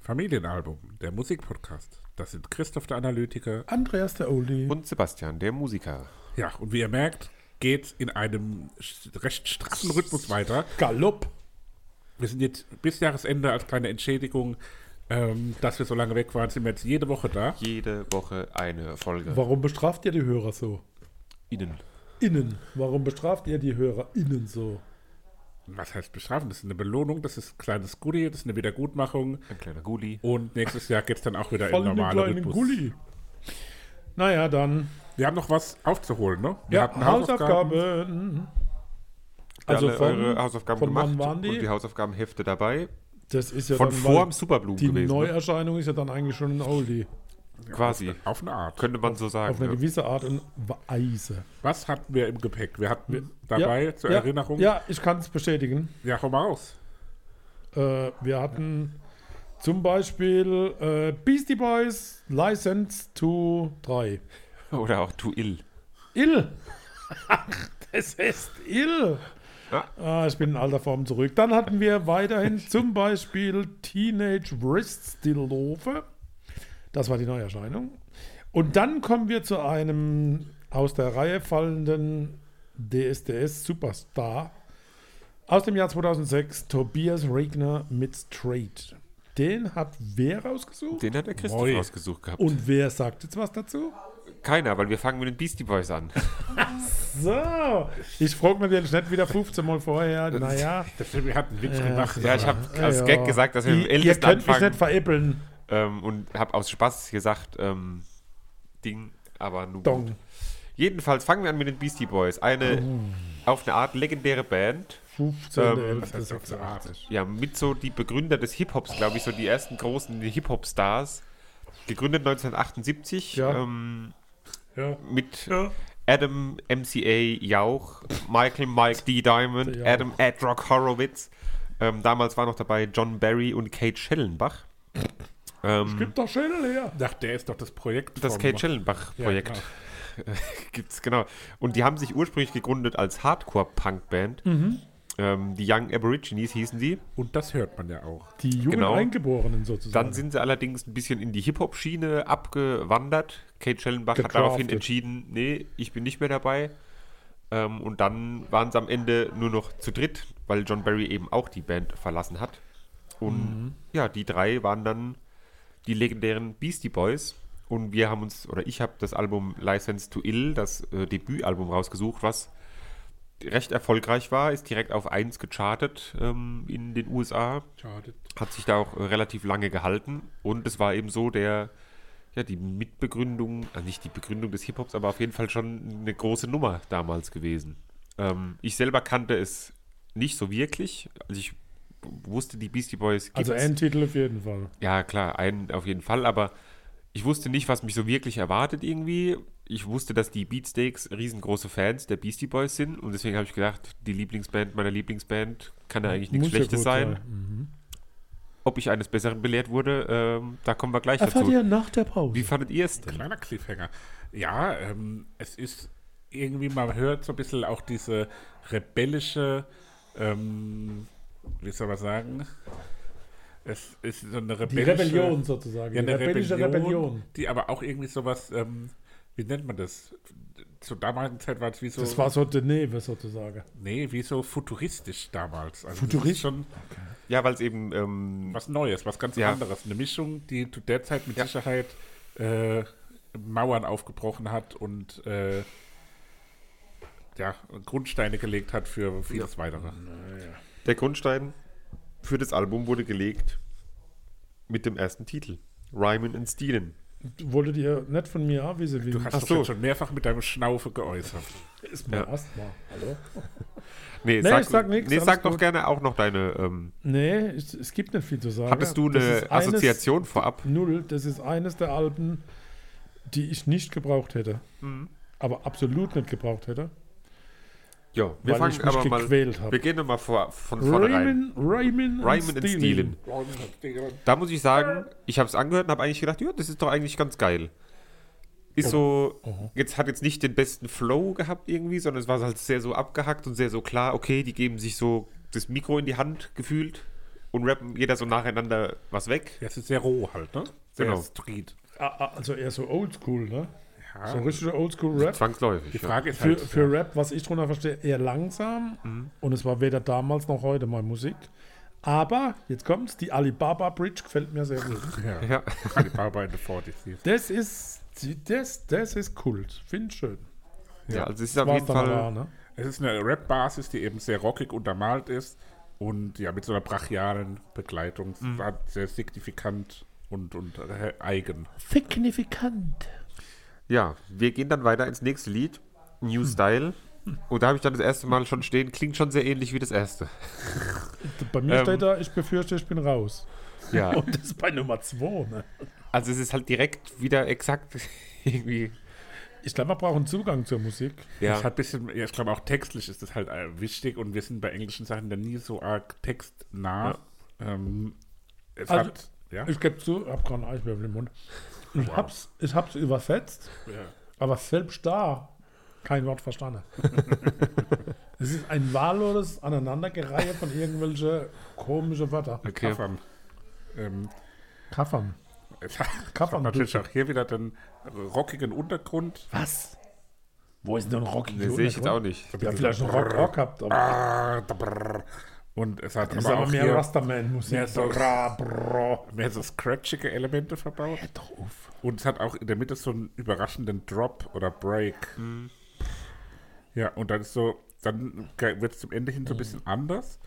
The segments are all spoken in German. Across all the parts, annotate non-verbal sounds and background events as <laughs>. Familienalbum, der Musikpodcast. Das sind Christoph der Analytiker. Andreas der Oldie. Und Sebastian, der Musiker. Ja, und wie ihr merkt, geht's in einem sch- recht straffen Rhythmus weiter. Galopp. Wir sind jetzt bis Jahresende als kleine Entschädigung, ähm, dass wir so lange weg waren, sind wir jetzt jede Woche da. Jede Woche eine Folge. Warum bestraft ihr die Hörer so? Ihnen. Innen. Warum bestraft ihr die Hörer innen so? Was heißt bestrafen? Das ist eine Belohnung, das ist ein kleines Goodie, das ist eine Wiedergutmachung. Ein kleiner Gulli. Und nächstes Jahr geht's dann auch wieder in Voll einen normalen kleinen Rhythmus. Gulli. Naja, dann. Wir haben noch was aufzuholen, ne? Wir Ja, hatten Hausaufgaben. Also Also alle von- eure Hausaufgaben von gemacht wann waren die? und die Hausaufgabenhefte dabei. Das ist ja Von dann, vor weil dem Superblumen Die gewesen. ne? Neuerscheinung ist ja dann eigentlich schon ein Oldie. Quasi. Auf eine Art. Könnte man so sagen. Auf eine ne? gewisse Art und Weise. Was hatten wir im Gepäck? Wir hatten dabei Hm. ja, zur ja, Erinnerung. Ja, ich kann es bestätigen. ja, hau mal aus. Äh, wir hatten zum Beispiel äh, Beastie Boys License to 3. Oder auch too ill. Ill. das ist ill. Ja. Ah, ich bin in alter Form zurück. Dann hatten wir weiterhin zum Beispiel Teenage Wrist Stillofe. Das war die Neuerscheinung. Und dann kommen wir zu einem aus der Reihe fallenden DSDS Superstar aus dem Jahr 2006, Tobias Regner mit Straight. Den hat wer rausgesucht? Den hat der Christoph Moi. ausgesucht gehabt. Und wer sagt jetzt was dazu? Keiner, weil wir fangen mit den Beastie <laughs> Boys an. So, ich frage natürlich nicht wieder 15 Mal vorher. Naja, Deswegen, wir hatten einen Witz gemacht. ja, ich habe als ja. Gag gesagt, dass wir mit ihr, dem ihr Ältesten könnt mich anfangen. nicht veräppeln. ähm, und habe aus Spaß gesagt, ähm, Ding, aber nun. Dong. gut. Jedenfalls fangen wir an mit den Beastie Boys. Eine Oh. auf eine Art legendäre Band. 15. Ähm, Elf, Das ist auf eine Art. Ja, mit so die Begründer des Hip-Hops, glaube ich, so die ersten großen Hip-Hop-Stars. Gegründet 1978 Ja. ähm, ja. mit Ja. Adam MCA Jauch, Michael Mike D. Diamond, Jauch. Adam Adrock Horowitz. Ähm, damals war noch dabei John Barry und Kate Schellenbach. Ähm, Gib doch Schädel her. Ach, der ist doch das Projekt. Das vom- Kate Schellenbach-Projekt Ja, <laughs> gibt's, genau. Und die haben sich ursprünglich gegründet als Hardcore-Punk-Band. Mhm. Ähm, die Young Aborigines hießen die. Und das hört man ja auch. Die jungen Genau. Eingeborenen sozusagen. Dann sind sie allerdings ein bisschen in die Hip-Hop-Schiene abgewandert. Kate Schellenbach hat Gecraftet. daraufhin entschieden, nee, ich bin nicht mehr dabei. Ähm, und dann waren sie am Ende nur noch zu dritt, weil John Barry eben auch die Band verlassen hat. Und ja, die drei waren dann die legendären Beastie Boys. Und wir haben uns, oder ich habe das Album License to Ill, das äh, Debütalbum rausgesucht, was recht erfolgreich war, ist direkt auf 1 gechartet ähm, in den USA Schadet. hat sich da auch äh, relativ lange gehalten und es war eben so der ja die Mitbegründung, also nicht die Begründung des Hip Hops, aber auf jeden Fall schon eine große Nummer damals gewesen. Ähm, ich selber kannte es nicht so wirklich, also ich w- wusste die Beastie Boys gibt's. also ein Titel auf jeden Fall. ja klar, einen auf jeden Fall, aber ich wusste nicht, was mich so wirklich erwartet irgendwie. Ich wusste, dass die Beatsteaks riesengroße Fans der Beastie Boys sind und deswegen habe ich gedacht, die Lieblingsband meiner Lieblingsband kann da eigentlich nichts Muss ja Schlechtes gut sein. Ob ich eines Besseren belehrt wurde, ähm, da kommen wir gleich Erfahrt dazu. ihr nach der Pause. Wie fandet ihr es denn? Kleiner Cliffhanger. Ja, ähm, es ist irgendwie, man hört so ein bisschen auch diese rebellische, ähm, wie soll man sagen? Es ist so eine die rebellische. Rebellion sozusagen. Ja, die eine rebellische Rebellion, Rebellion. Die aber auch irgendwie sowas, ähm, wie nennt man das? Zur damaligen Zeit war es wie so. Das war so Deneve sozusagen. Nee, wie so futuristisch damals. Also das ist Futurist- Schon Ja, weil es eben ähm, was Neues, was ganz Ja. anderes. Eine Mischung, die zu der Zeit mit Ja. Sicherheit äh, Mauern aufgebrochen hat und äh, ja, Grundsteine gelegt hat für vieles weitere. der Grundstein für das Album wurde gelegt mit dem ersten Titel. Ryman and Steelen. Wolltet ihr nicht von mir abwiesen? Wie Du hast Ach doch so. jetzt schon mehrfach mit deinem Schnaufe geäußert. ist mein Ja. Asthma. Hallo? Nee, ich sag nix, Nee, alles sag doch gut. gerne auch noch deine. Ähm, Nee, es, es gibt nicht viel zu sagen. hattest du Das eine ist eines- Assoziation vorab? Null, das ist eines der Alben, die ich nicht gebraucht hätte. Mhm. Aber absolut nicht gebraucht hätte. Ja, Weil ich mich gequält hab. Wir gehen nochmal vor, von vorne rein. Raymond, Raymond, Ryman and Steelen. Da muss ich sagen, ich habe es angehört und habe eigentlich gedacht, ja, das ist doch eigentlich ganz geil. Ist so, jetzt hat jetzt nicht den besten Flow gehabt irgendwie, sondern es war halt sehr so abgehackt und sehr so klar, okay, die geben sich so das Mikro in die Hand gefühlt und rappen jeder so nacheinander was weg. Das ist sehr roh halt, ne? Sehr Genau. Street. Ah, ah, Also eher so oldschool, ne? Ja. So richtiger Oldschool-Rap. Zwangsläufig. Die Frage ist Für, halt, für Rap, was ich drunter verstehe, eher langsam. Mhm. Und es war weder damals noch heute mal Musik. Aber, jetzt kommt's, die Alibaba Bridge gefällt mir sehr gut. <laughs> ja. <laughs> ja. ja. Alibaba in the 40s. Das ist, das, das ist Kult. Finde ich schön. Ja, also es ist Das auf jeden war's dann Fall. aber, auch, ne? Es ist eine Rap-Basis, die eben sehr rockig untermalt ist und ja, mit so einer brachialen Begleitung Mhm. war sehr signifikant und, und äh, eigen. Signifikant. Ja, wir gehen dann weiter ins nächste Lied, New Style. Und da habe ich dann das erste Mal schon stehen, klingt schon sehr ähnlich wie das erste. Bei mir Ähm. steht da, ich befürchte, ich bin raus. Ja. <laughs> Und das ist bei Nummer 2. Ne? <laughs> Also es ist halt direkt wieder exakt <laughs> irgendwie. Ich glaube, man braucht einen Zugang zur Musik. Ja. Ja. Das hat bisschen, ja, ich glaube auch textlich ist das halt äh, wichtig und wir sind bei englischen Sachen dann nie so arg textnah. Ähm, es Also- hat, ja, Ich gebe zu, ich habe keinen Eiswürfel im Mund. Ich, Wow. hab's, ich hab's übersetzt, ja. aber selbst da kein Wort verstanden. es ist ein wahlloses Aneinandergereihe von irgendwelchen komischen Wörtern. Äh, Okay. Kaffern. Ähm, Kaffern. es <laughs> hat, Kaffern- hat natürlich auch hier wieder den rockigen Untergrund. Was? Wo ist denn ein Rock? Ne, sehe ich jetzt auch nicht. Ja, vielleicht einen Rock, Rock habt, aber Ah, brrr. Und es hat das ist aber aber auch mehr hier Rastaman-Musik. mehr so- Bra, bra. mehr so scratchige Elemente verbaut. Hör doch auf. Und es hat auch in der Mitte so einen überraschenden Drop oder Break. Mhm. Ja, und dann ist so, dann wird es zum Ende hin so ein Mhm. bisschen anders.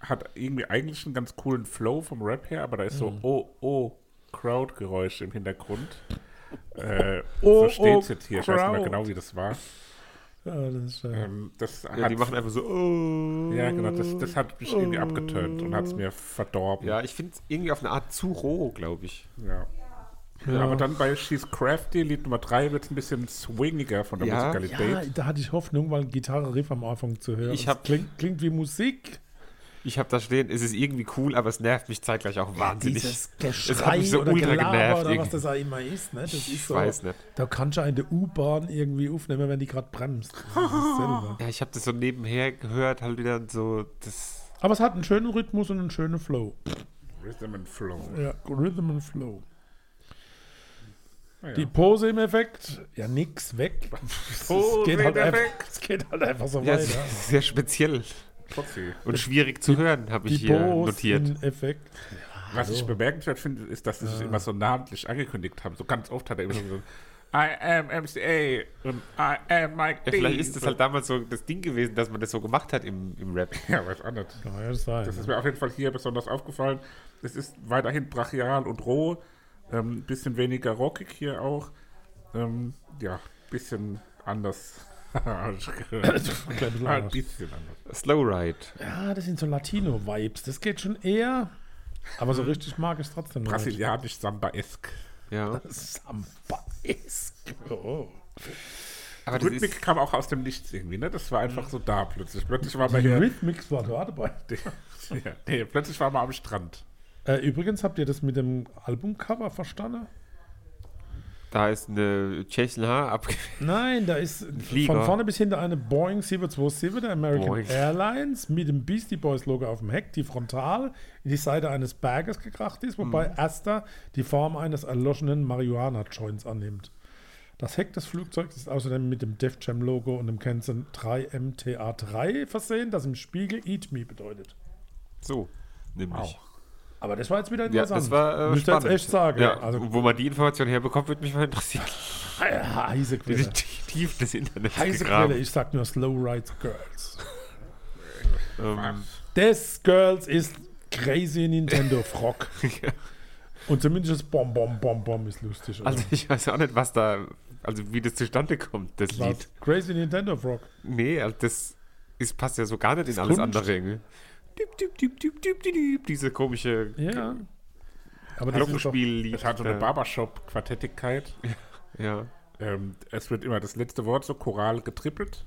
Hat irgendwie eigentlich einen ganz coolen Flow vom Rap her, aber da ist so Mhm. oh oh Crowd-Geräusch im <laughs> Hintergrund. Äh, Oh, so steht es oh, jetzt hier. Ich weiß Crowd. nicht mehr genau, wie das war. Ja, das ist, äh, Ähm, das Ja, hat, die machen einfach so. Oh. ja, genau, das, das hat mich irgendwie abgeturnt und hat es mir verdorben. Mm. Ja, ich finde es irgendwie auf eine Art zu roh, glaube ich. Ja. Aber dann bei She's Crafty, Lied Nummer 3, wird es ein bisschen swingiger von der Ja. ja, Musikalität. da hatte ich Hoffnung, mal einen Gitarre-Riff am Anfang zu hören. Ich Das hab- klingt, klingt wie Musik. Ich habe da stehen, es ist irgendwie cool, aber es nervt mich zeitgleich auch wahnsinnig. Dieses Es hat Geschrei mich so oder ultra Gelaber genervt oder was irgendwie. das auch immer ist. Ne? Das ich ist so, weiß nicht. Da kannst du auch in der U-Bahn irgendwie aufnehmen, wenn die gerade bremst. Das ist <laughs> selber. Ja, ich habe das so nebenher gehört, halt wieder so. Das, Aber es hat einen schönen Rhythmus und einen schönen Flow. Rhythm and Flow. Ja, Rhythm and Flow. Naja. Die Pose im Effekt, ja, nix weg. Pose Oh, es, geht halt im einfach, Effekt. es geht halt einfach so ja, es weiter. ist <laughs> sehr speziell Trotzdem. und schwierig zu hören, habe Die ich hier Pose notiert. im Effekt. Was ich bemerkenswert finde, ist, dass sie es immer so namentlich angekündigt haben. So ganz oft hat er immer so I am MCA und I am Mike Ja, D. vielleicht ist das So- halt damals so das Ding gewesen, dass man das so gemacht hat im, im Rap. Ja, weiß auch nicht. Kann ja das sein. Das ist <laughs> mir auf jeden Fall hier besonders aufgefallen. Es ist weiterhin brachial und roh. Ein ähm, bisschen weniger rockig hier auch. Ähm, ja, bisschen anders. <laughs> Ein Klein bisschen anders. bisschen anders. Slow Ride. ja, das sind so Latino-Vibes. Das geht schon eher. Aber so richtig mag ich es trotzdem noch nicht. Brasilianisch Samba-esk. Ja. Samba ist. Oh. Aber das Rhythmik ist, kam auch aus dem Nichts irgendwie, ne? Das war einfach so da plötzlich. Plötzlich war man Die hier. Rhythmix war da dabei. <laughs> ja, nee, plötzlich war man am Strand. Äh, übrigens, habt ihr das mit dem Albumcover verstanden? da ist eine Jason Haar ab. Nein, da ist Flieger. von vorne bis hinten eine Boeing 727 der American Boeing. Airlines mit dem Beastie Boys Logo auf dem Heck, die frontal in die Seite eines Berges gekracht ist, wobei Mhm. Asta die Form eines erloschenen Marihuana-Joints annimmt. Das Heck des Flugzeugs ist außerdem mit dem Def Jam Logo und dem Kennzeichen 3MTA3 versehen, das im Spiegel Eat Me bedeutet. <laughs> So, nämlich. Aber das war jetzt wieder Ja, interessant. das war äh, Müsst ihr jetzt spannend. echt sagen. Ja, Also, äh, wo man die Information herbekommt, würde mich <laughs> mal interessieren. heiße Wir Quelle. sind tief des Internets Heiße Quelle, gegraben. ich sag nur Slow Rides Girls. Ähm, Des Girls ist Crazy Nintendo Frog. Ja. Und zumindest das Bom Bom Bom Bom ist lustig. oder? also ich weiß auch nicht, was da, also wie das zustande kommt, das Was? Lied. Crazy Nintendo Frog. Nee, also das ist, passt ja so gar nicht in alles Kunst. andere. irgendwie. Düb, düb, düb, düb, düb, düb, düb, Diese komische Ja. Aber das ist doch, Glockenspiellied. Es hat so eine Ja. Barbershop-Quartettigkeit. Ja. Ähm, es wird immer das letzte Wort so choral getrippelt.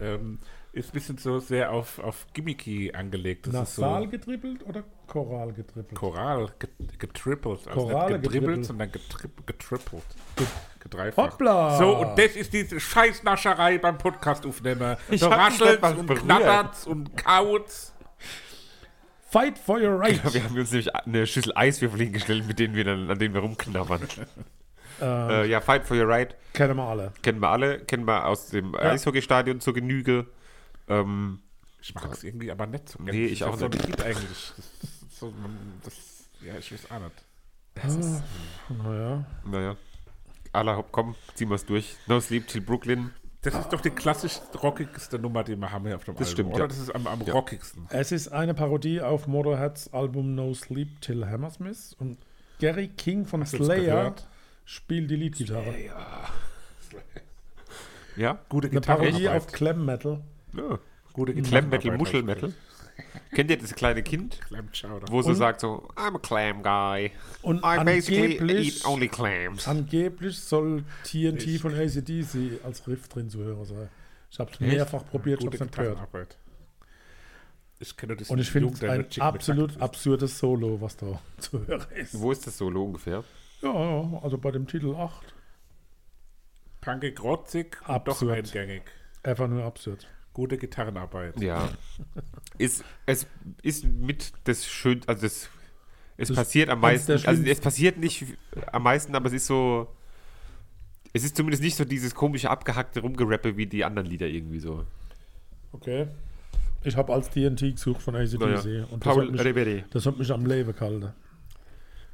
Ähm, ist ein bisschen so sehr auf, auf Gimmicky angelegt. Das ist nasal so getrippelt oder choral getrippelt? choral get- getrippelt. Also Chorale nicht gedribbelt, getrippelt. sondern getripp, getrippelt. Gedreifacht. Hoppla! So, und das ist diese Scheißnascherei beim Podcast aufnehmen. <laughs> Ich Da hab mich nicht raschelt's mal und berührt. knattert's und kaut's. Fight for your right. Wir haben uns nämlich eine Schüssel Eiswürfel hingestellt, mit denen wir dann, an denen <laughs> wir rumknabbern. äh, ja, Fight for Your Right Kennen wir alle. kennen wir alle, kennen wir aus dem Eishockeystadion zur Genüge. Ähm, Ich mag es irgendwie aber nicht so gerne. Nee, ich auch so nicht. Lied eigentlich. Das, ist so, man- das, ja, ich weiß auch nicht. Naja. naja. Alla, hopp, komm, ziehen wir es durch. No Sleep Till Brooklyn. Das ist doch die klassisch rockigste Nummer, die wir haben hier auf dem Das Album, stimmt, oder? ja. Das ist am, am rockigsten. Es ist eine Parodie auf Motorheads Album No Sleep Till Hammersmith und Gary King von du's Slayer gehört? spielt die Leadgitarre. Ja? Gute Eine Parodie Gitarrenarbeit. auf Glam Metal. ja. Gute Clam Metal, Gitarrenarbeit Muschel eigentlich. Metal. Kennt ihr das kleine Kind, Clam Chowder. wo sie sagt so, I'm a clam guy. Und I basically angeblich- eat only clams. Angeblich soll TNT von ACDC als Riff drin zu hören sein. Ich habe es mehrfach probiert, ich habe Gute es nicht gehört. Gitarrenarbeit. Ich kenne das Und ich finde es Jugend- ein Chick mit absolut Nackt absurdes Solo, was da <laughs> zu hören ist. Wo ist das Solo ungefähr? Ja, ja, also bei dem Titel 8. ist. Punkig, rotzig, und doch Absurd. eingängig. Einfach nur absurd. Gute Gitarrenarbeit. Ja. ist, es ist mit das schön, also das, es Das passiert am eins meisten, der also es schlimmsten- passiert nicht am meisten, aber es ist so, es ist zumindest nicht so dieses komische abgehackte Rumgerappe wie die anderen Lieder irgendwie so. Okay. Ich habe als TNT gesucht von ACDC. Naja. Und das hat, Paul mich, Reberi. das hat mich am Leben gehalten.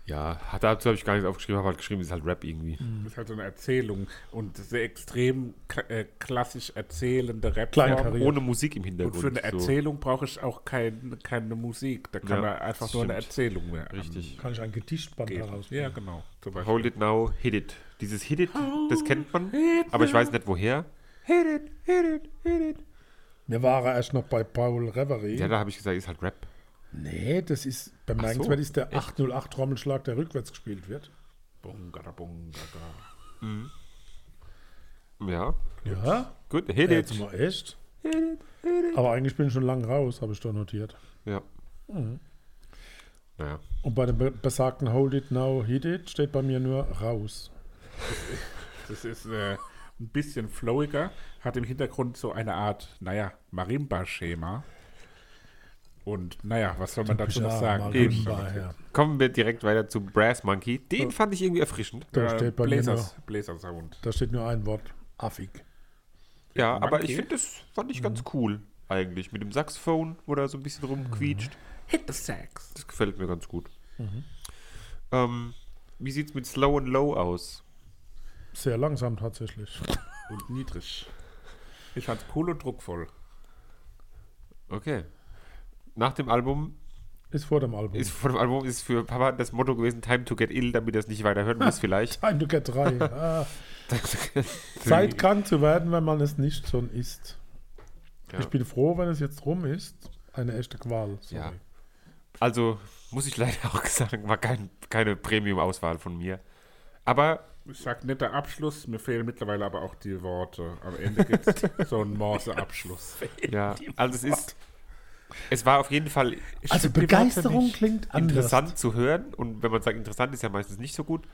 Ja, hat- dazu habe ich gar nichts aufgeschrieben, habe halt geschrieben, es ist halt Rap irgendwie. Das ist halt so eine Erzählung und sehr extrem k- äh, klassisch erzählende rap Kleinkariert. Ohne Musik im Und Hintergrund. für eine so. Erzählung brauche ich auch kein, keine Musik. Da kann Ja, man einfach das nur eine stimmt. Erzählung mehr Richtig. Kann ich ein Gedichtband angeben. daraus Ja, genau. Zum Beispiel. Mhm. Hold it now, hit it. Dieses Hit it, das kennt man, aber ich weiß nicht woher. Hit it, hit it, hit it. Wir waren erst noch bei Paul Reverie. Ja, da habe ich gesagt, ist halt Rap. nee, das ist bemerkenswert, so. ist der 808-Trommelschlag, der rückwärts gespielt wird. Bungada, bungada. Ja, Ja, gut, hit it. jetzt mal Äh, echt. Aber eigentlich bin ich schon lange raus, habe ich da notiert. Ja. Naja. Und bei dem be- besagten Hold It Now, Hit It steht bei mir nur raus. Das ist äh, ein bisschen flowiger, hat im Hintergrund so eine Art, naja, Marimba-Schema. Und naja, was soll man dazu noch sagen? Äh, Marimba, ja. Kommen wir direkt weiter zu Brass Monkey. Den fand ich irgendwie erfrischend. Da Äh, steht bei mir nur, Bläsers, Bläser-Sound. da steht nur ein Wort, affig. Ja, aber Monkey? ich finde das fand ich ganz cool eigentlich. Mit dem Saxophon, wo da so ein bisschen rumquietscht. Hit the Sax. Das gefällt mir ganz gut. Mhm. Ähm, wie sieht's mit Slow and Low aus? Sehr langsam tatsächlich. Und niedrig. Ich fand's cool und druckvoll. Okay. Nach dem Album Ist vor dem Album. <laughs> ist vor dem Album ist für Papa das Motto gewesen Time to get ill, damit er es nicht weiter hören <laughs> muss vielleicht. Time to get 3. ah, Zeit krank zu werden, wenn man es nicht schon ist. Ja. Ich bin froh, wenn es jetzt rum ist. Eine echte Qual. sorry. Ja. Also, muss ich leider auch sagen, war kein, keine Premium-Auswahl von mir. Aber Ich sag netter Abschluss, mir fehlen mittlerweile aber auch die Worte. Am Ende <laughs> gibt's so einen Morse-Abschluss. <laughs> ja, also es ist. Es war auf jeden Fall Ich Also find die Worte Begeisterung nicht. klingt anders. interessant zu hören. Und wenn man sagt, interessant ist ja meistens nicht so gut.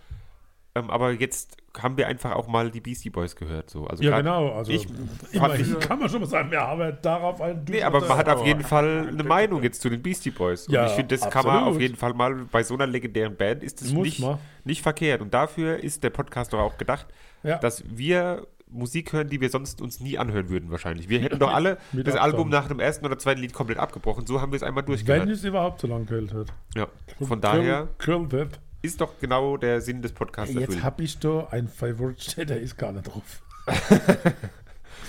Ähm, aber jetzt haben wir einfach auch mal die Beastie Boys gehört. So. Also Ja, grad- genau. Also ich fand immerhin ich- kann man schon mal sagen, wir haben darauf einen Nee, aber man hat auf jeden Fall eine Entdeckung. Meinung jetzt zu den Beastie Boys. Und Ja, ich finde, das kann man absolut. auf jeden Fall mal bei so einer legendären Band ist es Muss nicht, man. nicht verkehrt. Und dafür ist der Podcast doch auch gedacht, Ja. dass wir Musik hören, die wir sonst uns nie anhören würden wahrscheinlich. Wir hätten doch alle Mit das Abstand. Album nach dem ersten oder zweiten Lied komplett abgebrochen. So haben wir es einmal Wenn durchgehört. es überhaupt so lang gilt hat. Ja. Von daher Curl, Curl Web. ist doch genau der Sinn des Podcasts Jetzt erfüllt. habe ich da ein Favorite steht, <laughs> der ist gar nicht drauf.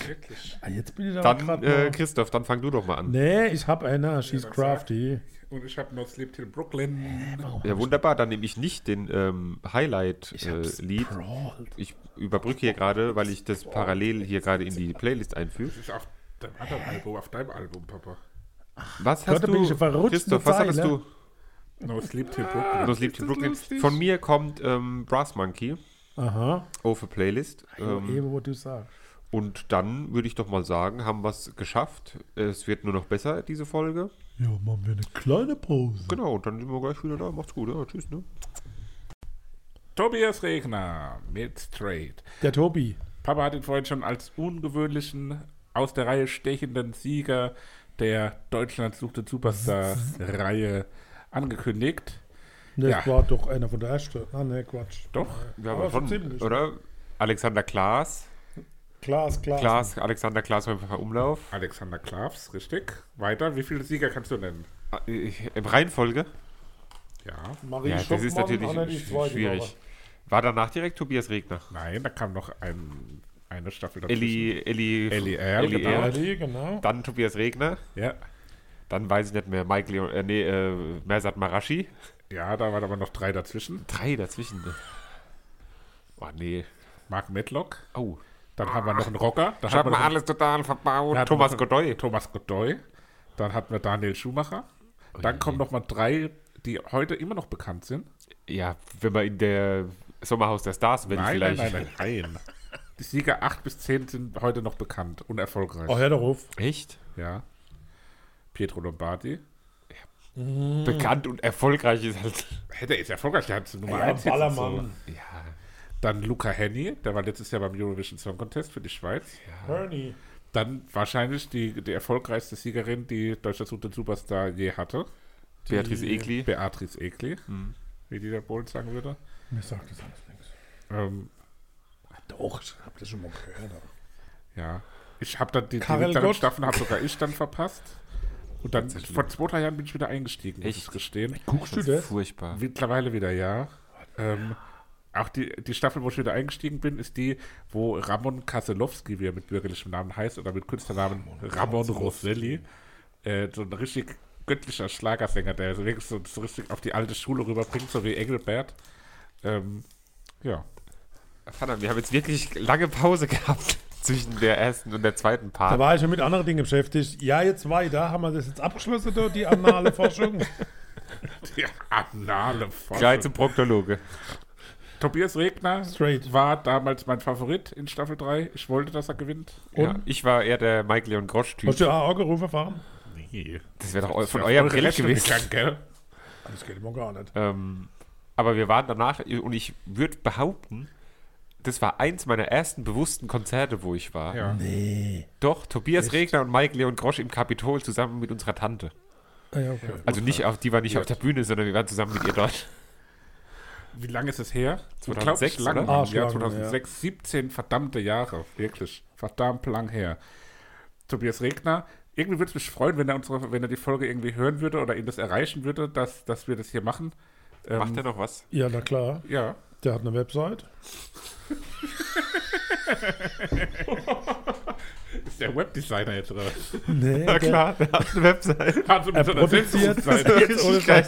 Wirklich. Ah, jetzt bin ich aber Dann, gerade äh, mal- Christoph, dann fang du doch mal an. Nee, ich habe einer. She's dann crafty. Und ich habe noch Sleep Till Brooklyn. Ja, wunderbar. Dann nehme ich nicht den ähm, hab's Highlight-Lied. Crawled. ich überbrücke hier gerade, weil ich das parallel hier gerade in die Playlist einfüge. Das ist auf deinem anderen Album, auf deinem Album, Papa. Was Gott, hast da bin ich du, verrutscht Christoph, mit was hattest Zeile. du? No Sleep Till Brooklyn. Das liebt in Brooklyn. Von mir kommt ähm, Brass Monkey Aha. auf a Playlist. Ähm, Eben, wo du sagst. und dann würde ich doch mal sagen, haben wir es geschafft. Es wird nur noch besser, diese Folge. Ja, machen wir eine kleine Pause. Genau, und dann sind wir gleich wieder da. Macht's gut. Ja, tschüss. Ne? Tobias Regner mit Straight. Der Tobi. Papa hat ihn vorhin schon als ungewöhnlichen, aus der Reihe stechenden Sieger der Deutschland sucht den Superstar-Reihe angekündigt. Ne, Ja. war doch einer von der ersten. Ah, ne, Quatsch. Doch, Ja, Aber aber schon, so ziemlich. oder? Alexander Klaas. Klar ist klar. Klaas, Alexander Klaas beim Umlauf. Alexander Klavs, richtig. Weiter, wie viele Sieger kannst du nennen? Äh, Im Reihenfolge? Ja, Marie Ja, das ist Schoffmann, natürlich Anna, die sch- zweite schwierig. War danach direkt Tobias Regner. nein, da kam noch ein, eine Staffel dazwischen. Elli, Elli, Elli R, genau. Woche. R. Marie, genau. Dann Tobias Regner. Ja. Dann weiß ich nicht mehr, Mike Leon, äh, nee, äh, Mersat Marashi. ja, da waren aber noch drei dazwischen. Drei dazwischen. Oh, nee. Mark Medlock, Oh. dann haben wir noch einen Rocker. Dann Ich hab haben wir mir noch- alles total verbaut. Da hatten Thomas wir- Godoy. Thomas Godoy. Dann hatten wir Daniel Schumacher. Oh Dann kommen noch mal drei, die heute immer noch bekannt sind. Ja, wenn man in der Sommerhaus der Stars, wenn Nein, nein, vielleicht. nein, nein, nein. Die Sieger 8 bis 10 sind heute noch bekannt und erfolgreich. Oh, hör doch auf. Echt? Ja. Pietro Lombardi. Bekannt und erfolgreich ist halt. Hey, der ist erfolgreich, der hat Nummer Ja, 1. Ballermann. Ja, Dann Luca Henny, der war letztes Jahr beim Eurovision Song Contest für die Schweiz. Ernie. Dann wahrscheinlich die, die erfolgreichste Siegerin, die Deutschland sucht den Superstar je hatte. Beatrice Egli. Beatrice Egli, Hm. wie die der Bohlen sagen würde. Mir sagt das alles nichts. Ähm, Doch, ich hab das schon mal gehört. aber- Ja. Ich habe dann die, die Karel mittleren Gott. Staffeln habe sogar ich dann verpasst. Und dann vor zwei, drei Jahren bin ich wieder eingestiegen, muss Echt? ich gestehen. Guckst du das? Furchtbar. Mittlerweile wieder, ja. Ähm, auch die, die Staffel, wo ich wieder eingestiegen bin, ist die, wo Ramon Kaselowski, wie er mit bürgerlichem Namen heißt, oder mit Künstlernamen Ramon Rosselli, äh, so ein richtig göttlicher Schlagersänger, der so wirklich so, so richtig auf die alte Schule rüberbringt, so wie Engelbert. Ähm, ja. Verdammt, wir haben jetzt wirklich lange Pause gehabt <laughs> zwischen der ersten und der zweiten Da Part. war ich schon mit anderen Dingen beschäftigt. Ja, jetzt weiter. Haben wir das jetzt abgeschlossen, da, die anale <laughs> Forschung? Die anale Gleich Forschung. zum Proktologe. Tobias Regner Straight. war damals mein Favorit in Staffel 3. Ich wollte, dass er gewinnt. Ja, ich war eher der Mike Leon Hast Grosch-Typ. du auch angerufen erfahren? Nee. Das wäre doch eu- von eurem Geld gewesen. Gegangen, gell? Das geht immer gar nicht. Ähm, aber wir waren danach, und ich würde behaupten, das war eins meiner ersten bewussten Konzerte, wo ich war. Ah. Ja. Doch, Tobias Regner und Mike Leon Grosch im Kapitol zusammen mit unserer Tante. Ah, ja, okay. Also nicht auf, die war nicht auf der Bühne, sondern wir waren zusammen mit ihr dort. Wie lange ist es her? 2006, Unglaublich oder? Mann. Ah, schon ja, lange, 2006. 17 verdammte Jahre. Wirklich. Verdammt lang her. Tobias Regner. Irgendwie würde es mich freuen, wenn er, unsere, wenn er die Folge irgendwie hören würde oder ihn das erreichen würde, dass, dass wir das hier machen. Ähm, Macht er noch was? Ja, na klar. Ja. Der hat eine Website. Ist der Webdesigner jetzt oder <laughs> was? Nee, Na <laughs> klar, der hat eine Website. Also mit Er so einer produziert, <laughs> Selbstbewusstsein. jetzt ohne Scheiß,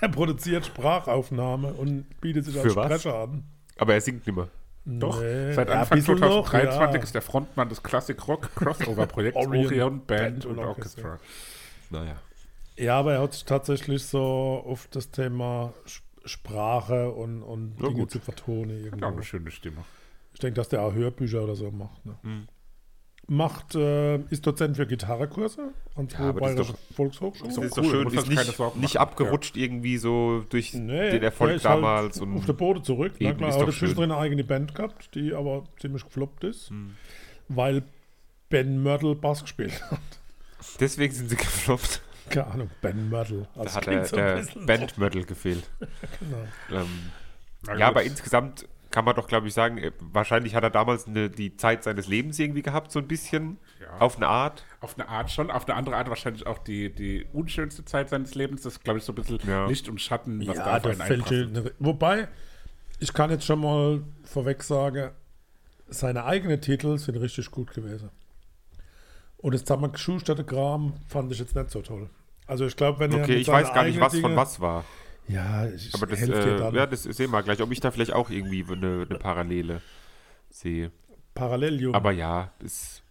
er produziert Sprachaufnahme und bietet sich als Für was? Sprecher an. Aber er singt nicht mehr. Doch, Nee. seit Ja, Anfang ein bisschen 2023 noch, ist der Frontmann des Classic Rock Crossover Projekts Orion Orion, Band, Band und und Orchestra. Naja. ja. ja, aber er hat sich tatsächlich so auf das Thema Sch- Sprache und, und Na Dinge gut. zu vertonen. Hat auch Irgendwo. eine schöne Stimme. Ich denke, dass der auch Hörbücher oder so macht. Ne? Hm. Macht, äh, ist Dozent für Gitarrekurse an zwei Ja, aber das ist bayerischen Das Volkshochschulen. ist cool, doch schön, muss ist halt keine Sorgen nicht, nicht machen. abgerutscht irgendwie so durch Nee, den der Erfolg ist halt damals. auf der und Boden zurück. Na Eben, klar, ist er hat doch zwischendrin eine eigene Band gehabt, die aber ziemlich gefloppt ist, Hm. weil Ben Mörtel Bass gespielt hat. <laughs> deswegen sind sie <laughs> gefloppt. Keine Ahnung, Ben Mörtel. Also Da das hat klingt der, so ein der bisschen Bandmörtel gefehlt. <laughs> Genau. Ähm, Na ja, gut. aber insgesamt kann man doch, glaube ich, sagen, äh, wahrscheinlich hat er damals eine, die Zeit seines Lebens irgendwie gehabt, so ein bisschen. Ja. Auf eine Art. auf eine Art schon, auf eine andere Art wahrscheinlich auch die, die unschönste Zeit seines Lebens. Das ist, glaube ich, so ein bisschen Ja. Licht und Schatten, was da Ja, auf der einen fällt einprasselt. schon- Wobei, ich kann jetzt schon mal vorweg sagen, seine eigenen Titel sind richtig gut gewesen. Und das zusammengeschusterte Kram fand ich jetzt nicht so toll. Also ich glaube, wenn er Okay, mit ich weiß seinen gar nicht, eigenen was von Dingen- was war. Ja, ich Aber das, helfe dir äh, dann. ja, das sehen wir gleich, ob ich da vielleicht auch irgendwie eine, eine Parallele sehe. Parallelium. Aber ja, ist.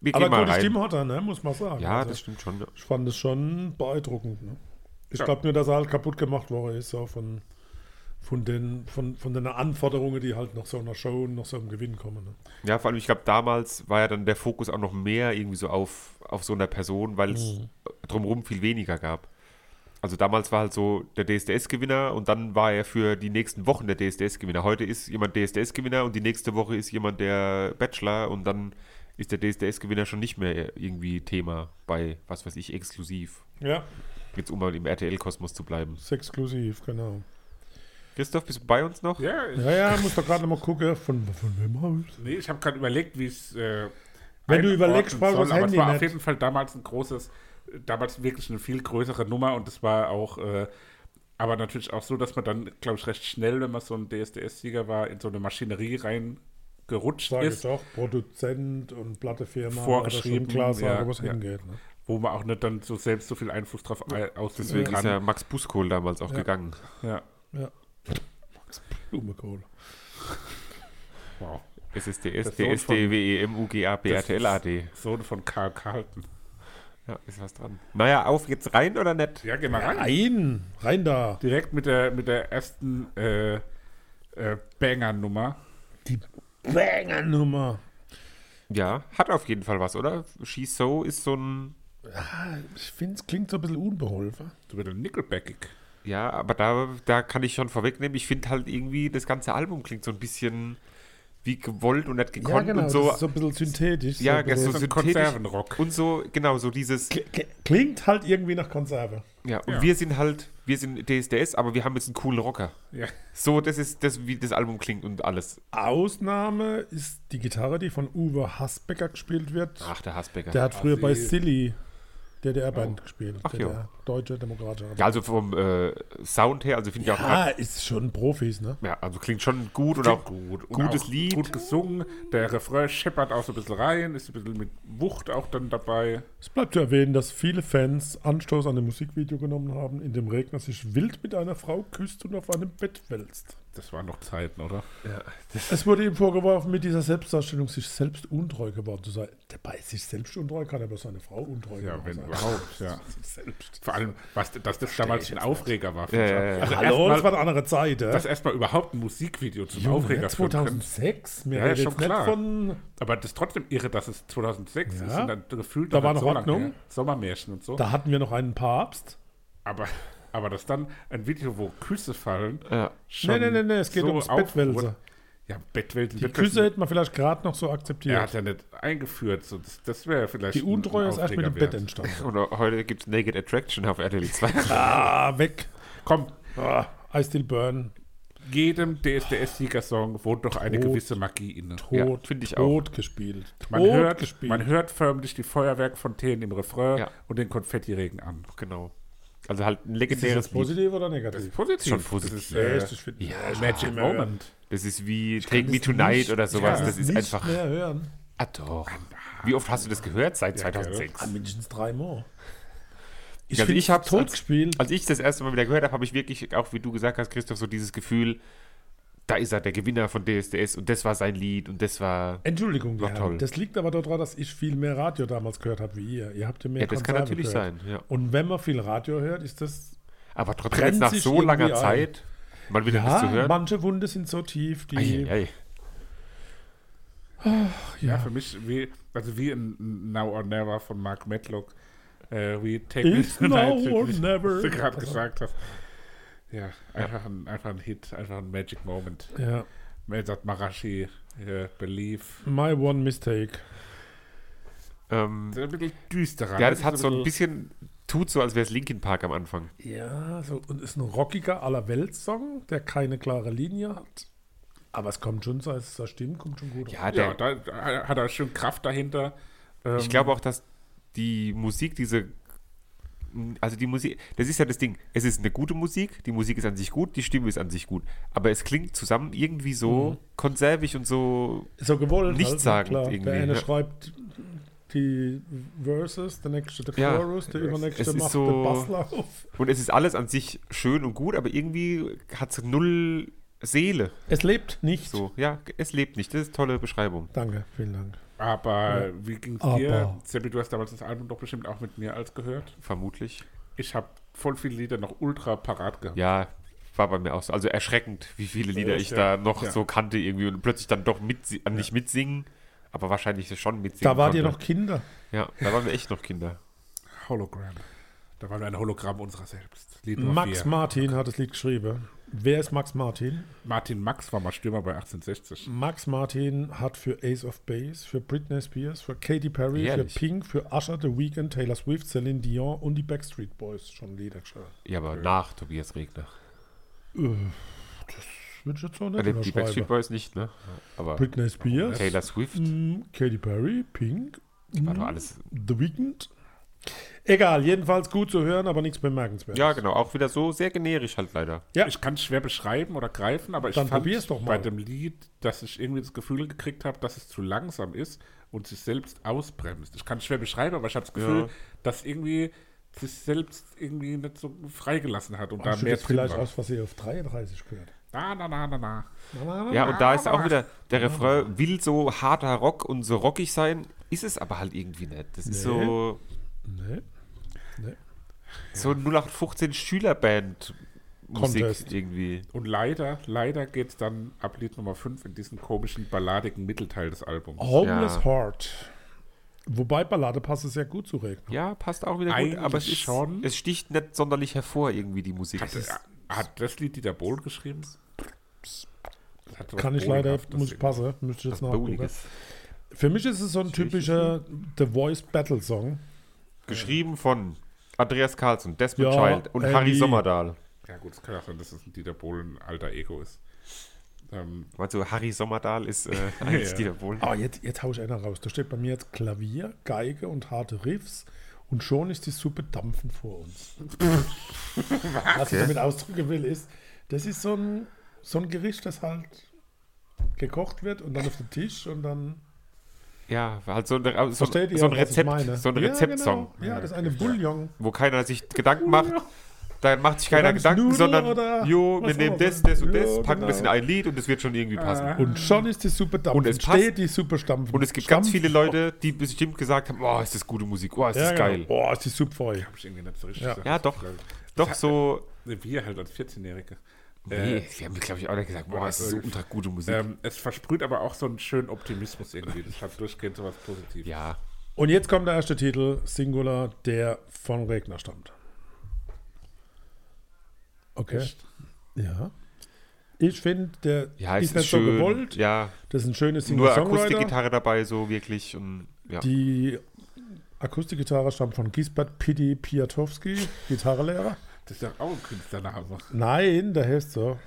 Wir Aber gehen mal gute rein. Stimme hat er, ne? muss man sagen. Ja, Also das stimmt schon. ich fand es schon beeindruckend. Ne? Ich Ja. glaube nur, dass er halt kaputt gemacht worden ist, so von, von, den, von, von den Anforderungen, die halt nach so einer Show und nach so einem Gewinn kommen. Ne? Ja, vor allem, ich glaube, damals war ja dann der Fokus auch noch mehr irgendwie so auf, auf so einer Person, weil es drumherum viel weniger gab. Also damals war halt so der DSDS-Gewinner und dann war er für die nächsten Wochen der DSDS-Gewinner. Heute ist jemand DSDS-Gewinner und die nächste Woche ist jemand der Bachelor und dann ist der DSDS-Gewinner schon nicht mehr irgendwie Thema bei, was weiß ich, exklusiv. Ja, Jetzt um mal im RTL-Kosmos zu bleiben. ist exklusiv, genau. Christoph, bist du bei uns noch? Ja, ich, Ja, ja, muss doch gerade nochmal gucken, von, von wem habe ich nee, ich habe gerade überlegt, wie es. Äh, Wenn du überlegst, einordnen braucht soll, das aber Handy es war auf nicht. jeden Fall damals ein großes, damals wirklich eine viel größere Nummer und es war auch, äh, aber natürlich auch so, dass man dann, glaube ich, recht schnell, wenn man so ein DSDS-Sieger war, in so eine Maschinerie reingerutscht Sag ich ist, doch, Produzent und Plattefirma. Vorgeschrieben, das schon klar sagen, ja, wo es ja. hingeht. Ne? wo man auch nicht dann so selbst so viel Einfluss drauf ei- ausüben Deswegen ist ja kann. Max Buskohl damals auch Ja. gegangen. Ja. Ja. Max Blumenkohl. Wow. SSDS, Das Sohn von- E DSDWEMUGABRTLAD. Sohn von Karl Carlton. Ja, ist was dran. Naja, auf geht's rein oder nicht? Ja, geh mal rein. Rein, rein da. Direkt mit der, mit der ersten äh, äh, Banger-Nummer. Die Banger-Nummer. Ja, hat auf jeden Fall was, oder? She's So ist so ein. Ah, Ich finde, es klingt so ein bisschen unbeholfen. So ein bisschen nickelbackig. Ja, aber da, da kann ich schon vorwegnehmen. Ich finde halt irgendwie, das ganze Album klingt so ein bisschen wie gewollt und nicht gekonnt und so. genau, das ist so ein bisschen synthetisch. ja, ein bisschen- so so ein synthetisch Konservenrock. Und so, genau, so dieses. K- k- Klingt halt irgendwie nach Konserve. Ja, und Ja. wir sind halt, wir sind DSDS, aber wir haben jetzt einen coolen Rocker. Ja. So, das ist das, wie das Album klingt und alles. Ausnahme ist die Gitarre, die von Uwe Hassbecker gespielt wird. Ach, der Hasbecker. Der hat früher bei sie- Oh. Silly DDR-Band gespielt. Ach DDR, ja. Deutsche Demokratische Ja, also vom äh, Sound her, also finde ich auch Ah, ist schon Profis, ne? Ja, also klingt schon gut und auch gut. Gutes auch Lied. Gut gesungen. Der Refrain scheppert auch so ein bisschen rein, ist ein bisschen mit Wucht auch dann dabei. Es bleibt zu erwähnen, dass viele Fans Anstoß an dem Musikvideo genommen haben, in dem Regner sich wild mit einer Frau küsst und auf einem Bett wälzt. Das waren noch Zeiten, oder? Es wurde ihm vorgeworfen, mit dieser Selbstdarstellung sich selbst untreu geworden zu sein. Dabei ist sich selbst untreu, kann aber seine Frau untreu Ja, geworden wenn Also, sein. überhaupt, ja. <laughs> Sich Selbst. Vor allem, was, dass das damals ein Aufreger war. für Ja, mich. ja, ja. Also Hallo, das war erstmal, eine andere Zeit, ja? dass erstmal überhaupt ein Musikvideo zum Junge, Aufreger führen können. 2006, mir Ja, ja, redet schon jetzt nicht klar. von Aber das ist trotzdem irre, dass es 2006 Ja. ist und dann gefühlt Da noch war nicht noch Ordnung. her. Sommermärchen und so. Da hatten wir noch einen Papst. Aber, aber dass dann ein Video, wo Küsse fallen, Ja. schon Nee, nee, nee, nee, es geht ums auf- Bettwälzer. Ja, Bettwälzen. Die Küsse hätte man vielleicht gerade noch so akzeptiert. Er hat ja nicht eingeführt. So, das das wäre vielleicht die Untreue ein ist erst mit dem Aufreger Bett wert. entstanden. <laughs> Und heute gibt es Naked Attraction auf RTL 2. Ah, weg. Komm, Ah, I still burn. jedem DSDS-Siegersong wohnt doch eine Tot. gewisse Magie inne. Ja, Tot, finde ich tot gespielt. Tot Man hört, gespielt. man hört förmlich die Feuerwerkfontänen im Refrain Ja. und den Konfettiregen an. genau. Also halt ein ist das legendäres jetzt Lied. positiv oder Das ist negativ? positiv. Schon positiv. Das ist, Ja, äh, echt, ich find- ja, ich Magic kann nicht mehr Moment. Das ist wie kann Take Me das Tonight nicht- oder sowas. ja. das ist nicht einfach. mehr hören. Ah doch. Wie oft hast du das gehört seit Ja, 2006? Ah, mindestens dreimal. Ich Also finde, ich hab's tot als- gespielt. Als ich das erste Mal wieder gehört habe, habe ich wirklich, auch wie du gesagt hast, Christoph, so dieses Gefühl, da ist er, der Gewinner von DSDS und das war sein Lied und das war. Entschuldigung, War ja, toll. das liegt aber daran, dass ich viel mehr Radio damals gehört habe wie ihr. Ihr habt ja mehr Ja, das kann Konserve natürlich gehört. sein. Ja. Und wenn man viel Radio hört, ist das Aber trotzdem Brennt jetzt nach sich so langer irgendwie ein. Zeit mal wieder Ah, das zu hören. manche Wunde sind so tief, die. Eieiei. Ja, für mich wie, also wie in Now or Never von Mark Medlock, äh, wie Take Me <laughs> It's now Tonight, or wie never. du gerade gesagt hast. Ja, einfach, Ein, einfach ein Hit, einfach ein Magic Moment. Ja. Melzat Marashi, äh, Belief. My one mistake. Ähm, Das ist ein bisschen düsterer. ja, ne? das hat so ein bisschen, tut so, als wäre es Linkin Park am Anfang. Ja, so, und ist ein rockiger aller Welt-Song, der keine klare Linie hat. Aber es kommt schon, so, es so stimmt, kommt schon gut. Ja, der, Ja, da, da hat er schön Kraft dahinter. Ähm. ich glaube auch, dass die Musik, diese, also die Musik, das ist ja das Ding, es ist eine gute Musik, die Musik ist an sich gut, die Stimme ist an sich gut, aber es klingt zusammen irgendwie so Mhm. konservig und so, So gewollt. Nichtssagend na klar. irgendwie, Der eine ja. schreibt die Verses, der nächste der Ja, Chorus, der es- es übernächste ist macht so- den Basslauf. und es ist alles an sich schön und gut, aber irgendwie hat es null Seele, Es lebt nicht. so, ja, es lebt nicht, das ist eine tolle Beschreibung. Danke, vielen Dank. Aber wie ging's dir? Aber. Seppi, du hast damals das Album doch bestimmt auch mit mir als gehört. Vermutlich. Ich habe voll viele Lieder noch ultra parat gehabt. Ja, war bei mir auch so. Also erschreckend, wie viele Lieder ich Ja, da noch ja. so kannte irgendwie und plötzlich dann doch mit, äh, nicht mitsingen, aber wahrscheinlich schon mitsingen. Da wart ihr noch konnte. Kinder. Ja, da waren wir echt noch Kinder. Hologram. Da waren wir ein Hologramm unserer selbst. Lied Nummer Max vier. Martin hat das Lied geschrieben. Wer ist Max Martin? Martin Max war mal Stürmer bei 1860. Max Martin hat für Ace of Base, für Britney Spears, für Katy Perry, Ehrlich? für Pink, für Usher, The Weeknd, Taylor Swift, Celine Dion und die Backstreet Boys schon Lieder geschrieben. Ja, aber nach Tobias Regner. Würde ich jetzt so nicht Also die unterschreiben. Backstreet Boys nicht, ne? Aber Britney Spears, Taylor Swift mm, Katy Perry, Pink, war doch alles. The Weeknd. Egal, jedenfalls gut zu hören, aber nichts bemerkenswertes. Ja, genau. Auch wieder so sehr generisch halt leider. Ja. Ich kann es schwer beschreiben oder greifen, aber ich Dann fand probier's doch mal. bei dem Lied, dass ich irgendwie das Gefühl gekriegt habe, dass es zu langsam ist und sich selbst ausbremst. Ich kann es schwer beschreiben, aber ich habe das Gefühl, Ja. dass irgendwie sich selbst irgendwie nicht so freigelassen hat und da Hast du mehr jetzt drin vielleicht war. aus Versehen auf 33 gehört. Na, na, na, na, na. Ja, und da ist auch wieder, der Refrain will so harter Rock und so rockig sein, ist es aber halt irgendwie nicht. Das ist Nee. so, Nee. so 0815 Schülerband Musik Contest. irgendwie. Und leider, leider geht es dann ab Lied Nummer 5 in diesen komischen, balladigen Mittelteil des Albums. Homeless Ja. Heart. Wobei Ballade passt es sehr gut zu Regen. Ja, passt auch wieder gut, Eigentlich aber es, ist, schon. es sticht nicht sonderlich hervor irgendwie die Musik. Hat, Es ist, hat das Lied Dieter Bohl geschrieben? Das hat was Kann ich leider, Bohlenhaftes muss ich in- passen, müsste ich jetzt nachgucken. Bohliges. Für mich ist es so ein typischer The Voice Battle Song. Geschrieben von Andreas Carlson, Desmond Ja, Child und Andy. Harry Sommerdahl. Ja, gut, es kann auch sein, dass es ein Dieter Bohlen alter Ego ist. Ähm, Meinst du, Harry Sommerdahl <laughs> ist äh, eigentlich Ja. Dieter Bohlen? Ah, jetzt, jetzt hau ich einer raus. Da steht bei mir jetzt Klavier, Geige und harte Riffs und schon ist die Suppe dampfend vor <laughs> uns. Was ich damit ausdrücken will, ist, das ist so ein, so ein Gericht, das halt gekocht wird und dann auf den Tisch und dann. Ja, halt so, eine, so, so Versteht ein ihr, was ich meine? Rezept, so ein Ja, Rezeptsong. genau. Ja, das ist eine Bouillon. wo keiner sich Gedanken macht. Da macht sich keiner Dann ist Gedanken, Nudel sondern oder jo, was wir nehmen auch immer. das, das und Ja, das, packen das in genau. ein Lied und es wird schon irgendwie passen. Und schon ist die Suppe dampfend. Und es passt. steht die Suppe stampfend. Und es gibt ganz viele Leute, die bestimmt gesagt haben, oh, ist das gute Musik, oh, ist Ja, das geil. geil. Boah, ist die Suppe voll. hab ich irgendwie nicht so richtig Ja. gesagt. Ja, doch, doch so, Wir halt als 14-Jährige. nee, Äh, wir haben, glaube ich, auch nicht gesagt, boah, oder ist das so elf. ultra gute Musik. ähm, es versprüht aber auch so einen schönen Optimismus irgendwie. Das hat durchgehend so was Positives. ja, Und jetzt kommt der erste Titel, Singular, der von Regner stammt. Okay. Ja. Ich finde, der ja, es ist ist, nicht schön. so gewollt. Ja, Das ist ein schönes nur Single-Songwriter. Akustikgitarre dabei so wirklich und ja. Die Akustikgitarre stammt von Gisbert Pidi Piatowski, Gitarrenlehrer. Das ist doch auch ein Künstlername. Nein, der heißt so.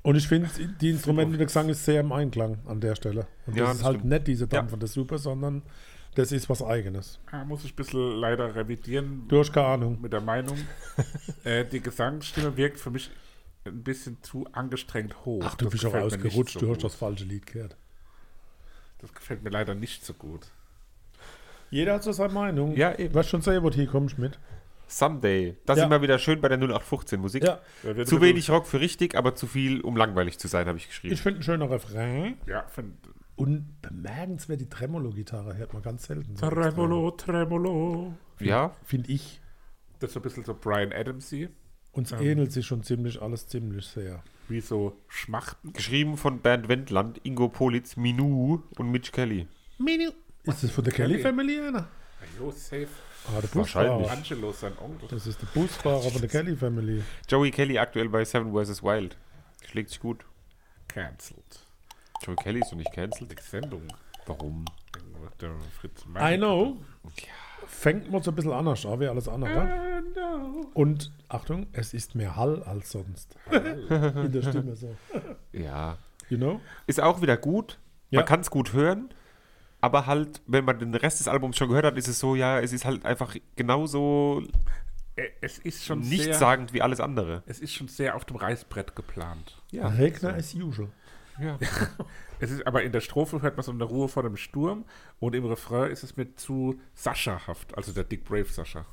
Und ich finde, die Instrumente und der Gesang ist sehr im Einklang an der Stelle. Und das Ja, ist das halt stimmt. nicht diese Dampf von der Super, sondern das ist was Eigenes. Ah, muss ich ein bisschen leider revidieren Du hast keine Ahnung. mit der <laughs> Meinung. äh, die Gesangsstimme wirkt für mich ein bisschen zu angestrengt hoch. Ach, du Das bist auch gefällt mir nicht ausgerutscht, so du hast gut. das falsche Lied gehört. Das gefällt mir leider nicht so gut. Jeder hat so seine Meinung. Ja, eben. Du hast schon sehr gut hier kommst mit. Someday, das Ja. ist immer wieder schön bei der 0815 Musik. Ja. Ja, wir- Zu wenig Rock für richtig, aber zu viel, um langweilig zu sein, habe ich geschrieben. Ich finde ein schöner Refrain. Ja, find, Und bemerkenswert, die Tremolo-Gitarre hört man ganz selten. So Tremolo, Tremolo. ja, Finde ich. Das ist so ein bisschen so Brian Adamsy, Uns ähnelt sich schon ziemlich alles ziemlich sehr. wie so Schmachten. Geschrieben von Bernd Wendland, Ingo Politz, Minu und Mitch Kelly. Minu. Ist das von der Kelly Kelly? Family einer? Jo, safe. Ah, der Wahrscheinlich. Busfahrer. Angelo, sein Onkel. Das ist der Busfahrer von der Kelly Family. Joey Kelly aktuell bei Seven vs. Wild. Schlägt sich gut. Cancelled. Joey Kelly ist noch nicht cancelled. Die Sendung. Warum? Der Fritz I Meinecke. know. Fängt man so ein bisschen anders an wie alles andere. I know. Und Achtung, es ist mehr Hall als sonst. <laughs> In der Stimme so. Ja. You know? Ist auch wieder gut. Ja. Man kann es gut hören. Aber halt, wenn man den Rest des Albums schon gehört hat, ist es so, ja, es ist halt einfach genauso Äh, Es ist schon sehr, nichtssagend wie alles andere. es ist schon sehr auf dem Reißbrett geplant. Ja. Regner as usual. Ja. Es ist aber in der Strophe hört man so eine Ruhe vor dem Sturm und im Refrain ist es mir zu Sascha-haft, also der Dick Brave Sascha.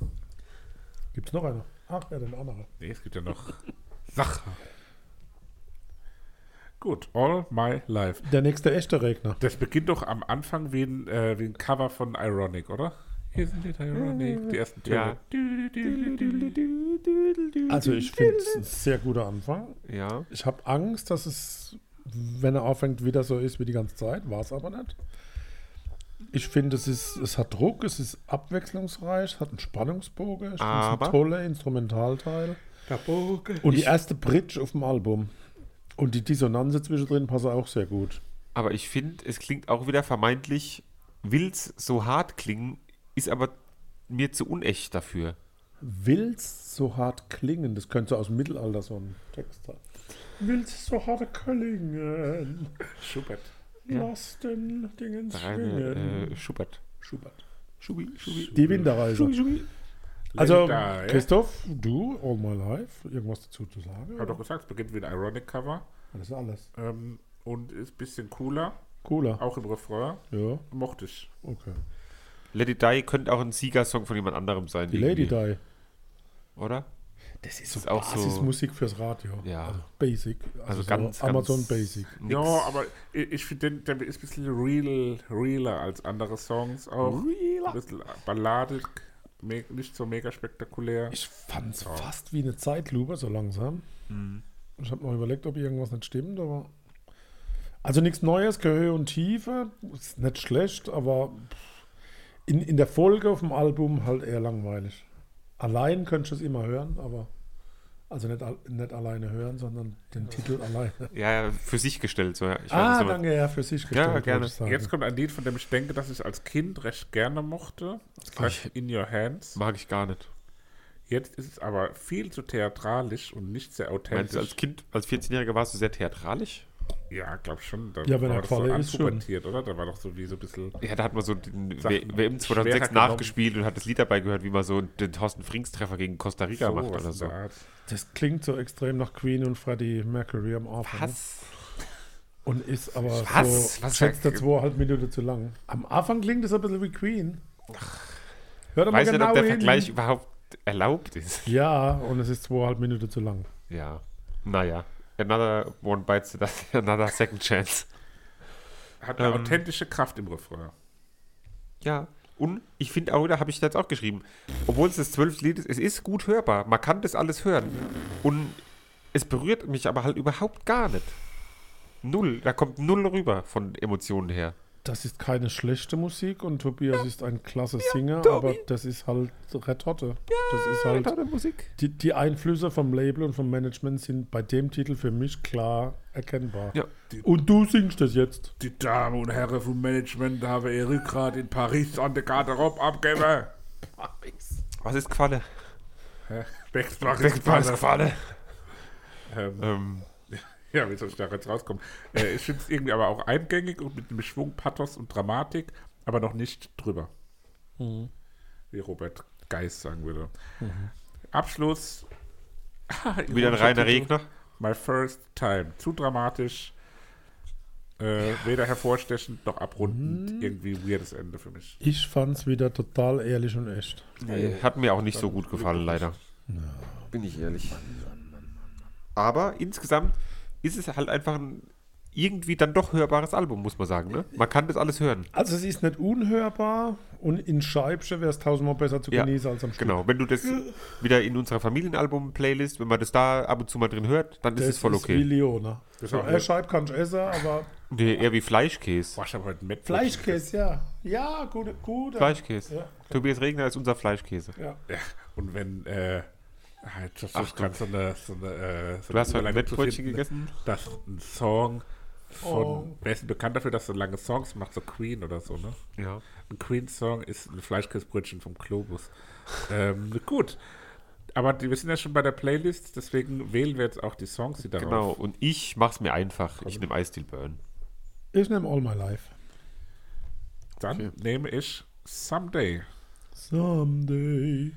Gibt es noch einer? Ach, ja, den anderen. Nee, es gibt ja <laughs> noch Sacha. Gut, All My Life. Der nächste echte Regner. Das beginnt doch am Anfang wie ein, äh, wie ein Cover von Ironic, oder? Isn't it ironic? Die ersten Töne. Ja. Also ich finde es ein sehr guter Anfang. ja. Ich habe Angst, dass es, wenn er anfängt, wieder so ist wie die ganze Zeit. War es aber nicht. Ich finde, es ist, es hat Druck, es ist abwechslungsreich, hat einen Spannungsbogen, ich finde es ein Aber- toller Instrumentalteil. verbogen. Und die erste Bridge auf dem Album. Und die Dissonanze zwischendrin passen auch sehr gut. Aber ich finde, es klingt auch wieder vermeintlich, will's so hart klingen, ist aber mir zu unecht dafür. Will's so hart klingen? Das könnte so aus dem Mittelalter so ein Text sein. Will's so hart klingen? Schubert. Lass den Dingen Reine äh, Schubert. Schubert. Schubi, Schubi. Die Winterreise. Schubi, Schubi. Also, Legendär, ja. Christoph, du, All My Life, irgendwas dazu zu sagen? Hab doch gesagt, es beginnt wie ein Ironic-Cover. Das ist alles. Ähm, und ist ein bisschen cooler, Cooler. auch im Refrain. Ja, Mochte ich. okay. Let It Die könnte auch ein Siegersong von jemand anderem sein. Die Lady irgendwie, Die. Oder? Das ist Ist auch so- Basismusik fürs Radio. Ja. Also Basic. Also, Also so ganz, ganz- Amazon Basic. Nix. Ja, aber ich, ich finde, der ist ein bisschen real, realer als andere Songs auch. Ein bisschen balladig, me- nicht so mega spektakulär. Ich fand es fast wie eine Zeitlupe, so langsam. Mhm. Ich habe noch überlegt, ob irgendwas nicht stimmt, aber. Also nichts Neues, Gehöhe und Tiefe. Ist nicht schlecht, aber pff, in, in der Folge auf dem Album halt eher langweilig. Allein könntest du es immer hören, aber. Also nicht, al- nicht alleine hören, sondern den Titel <laughs> alleine. Ja, ja, für sich gestellt. So, ja. Ich weiß ah, nicht, so- danke, ja, für sich Ja, wollte gerne. ich sagen. Jetzt kommt ein Lied, von dem ich denke, dass ich als Kind recht gerne mochte. Das heißt In Your Hands. Mag ich gar nicht. Jetzt ist es aber viel zu theatralisch und nicht sehr Meinst du, authentisch. als Kind, als 14-Jähriger warst du sehr theatralisch? Ja, glaub schon. Da Ja, wenn war er das so Qualle ist, schon. anpubertiert, oder? Da war doch so wie so ein bisschen. Ja, da hat man so den Sachen W- WM schwerer 2006 genommen. nachgespielt und hat das Lied dabei gehört, wie man so den Thorsten Frings-Treffer gegen Costa Rica macht was oder in so. der Art. Das klingt so extrem nach Queen und Freddie Mercury am Anfang. Was? Und ist aber Was? so Was schätzt er sag- zweieinhalb Minuten zu lang. Am Anfang klingt es ein bisschen wie Queen. Hört aber Weiß genau nicht, ob der hin. Vergleich überhaupt erlaubt ist. <laughs> Ja, und es ist zweieinhalb Minuten zu lang. Ja. Naja. Another one bites the dust, <laughs> another second chance. Hat eine Ähm. authentische Kraft im Refrain. Ja. Und ich finde auch, da habe ich jetzt auch geschrieben, obwohl es das zwölfte Lied ist, es ist gut hörbar. Man kann das alles hören. Und es berührt mich aber halt überhaupt gar nicht. Null. Da kommt null rüber von Emotionen her. Das ist keine schlechte Musik und Tobias ist ein klasse Singer, Tobi. aber das ist halt Retorte. das ist halt. Musik. Die, die Einflüsse vom Label und vom Management sind bei dem Titel für mich klar erkennbar. Ja. Und du singst das jetzt. Die Damen und Herren vom Management haben ihr Rückgrat in Paris an der Garderobe <laughs> abgegeben. Was ist Qualle? Becksbach ist Was ist Qualle. Qualle? Ähm, Ähm, ja, wie soll ich da jetzt rauskommen? Äh, ich finde es irgendwie aber auch eingängig und mit einem Schwung Pathos und Dramatik, aber noch nicht drüber. Wie Robert Geis sagen würde. Abschluss. wieder ein reiner Regner. My first time. Zu dramatisch. Äh, weder hervorstechend noch abrundend. Irgendwie weirdes Ende für mich. Ich fand's wieder total ehrlich und echt. Äh, Hat mir auch nicht so gut gefallen, leider. Bin ich ehrlich. Aber insgesamt ist es halt einfach ein irgendwie dann doch hörbares Album, muss man sagen. Ne? Man kann das alles hören. Also es ist nicht unhörbar und in Scheibsche wäre es tausendmal besser zu Ja, genießen als am Stück. Genau, wenn du das wieder in unserer Familienalbum-Playlist, wenn man das da ab und zu mal drin hört, dann ist Das es voll wie okay. Leona. ist So, auch äh, gut. Scheib kann ich essen, <laughs> aber Nee, eher wie Fleischkäse. Boah, ich habe heute Met- Fleischkäse, ja. Ja, gute, gute. Fleischkäse. Ja. Tobias Regner ist unser Fleischkäse. Ja. Ja, und wenn, äh, halt, das Ach, ist gerade so eine, so eine, äh, so Du hast eine heute Überleitung zu Mettbrötchen finden, gegessen? Dass ein Song von, Oh. wer ist denn bekannt dafür, dass so lange Songs macht, so Queen oder so, ne? Ja. Ein Queen-Song ist ein Fleischkäsebrötchen vom Globus. ähm, gut. Aber die, wir sind ja schon bei der Playlist, deswegen wählen wir jetzt auch die Songs, die darauf Genau, und ich mach's mir einfach. Also Ich nehme Ice Steel Burn. Ich nehme All My Life. Dann nehme ich Someday. Someday.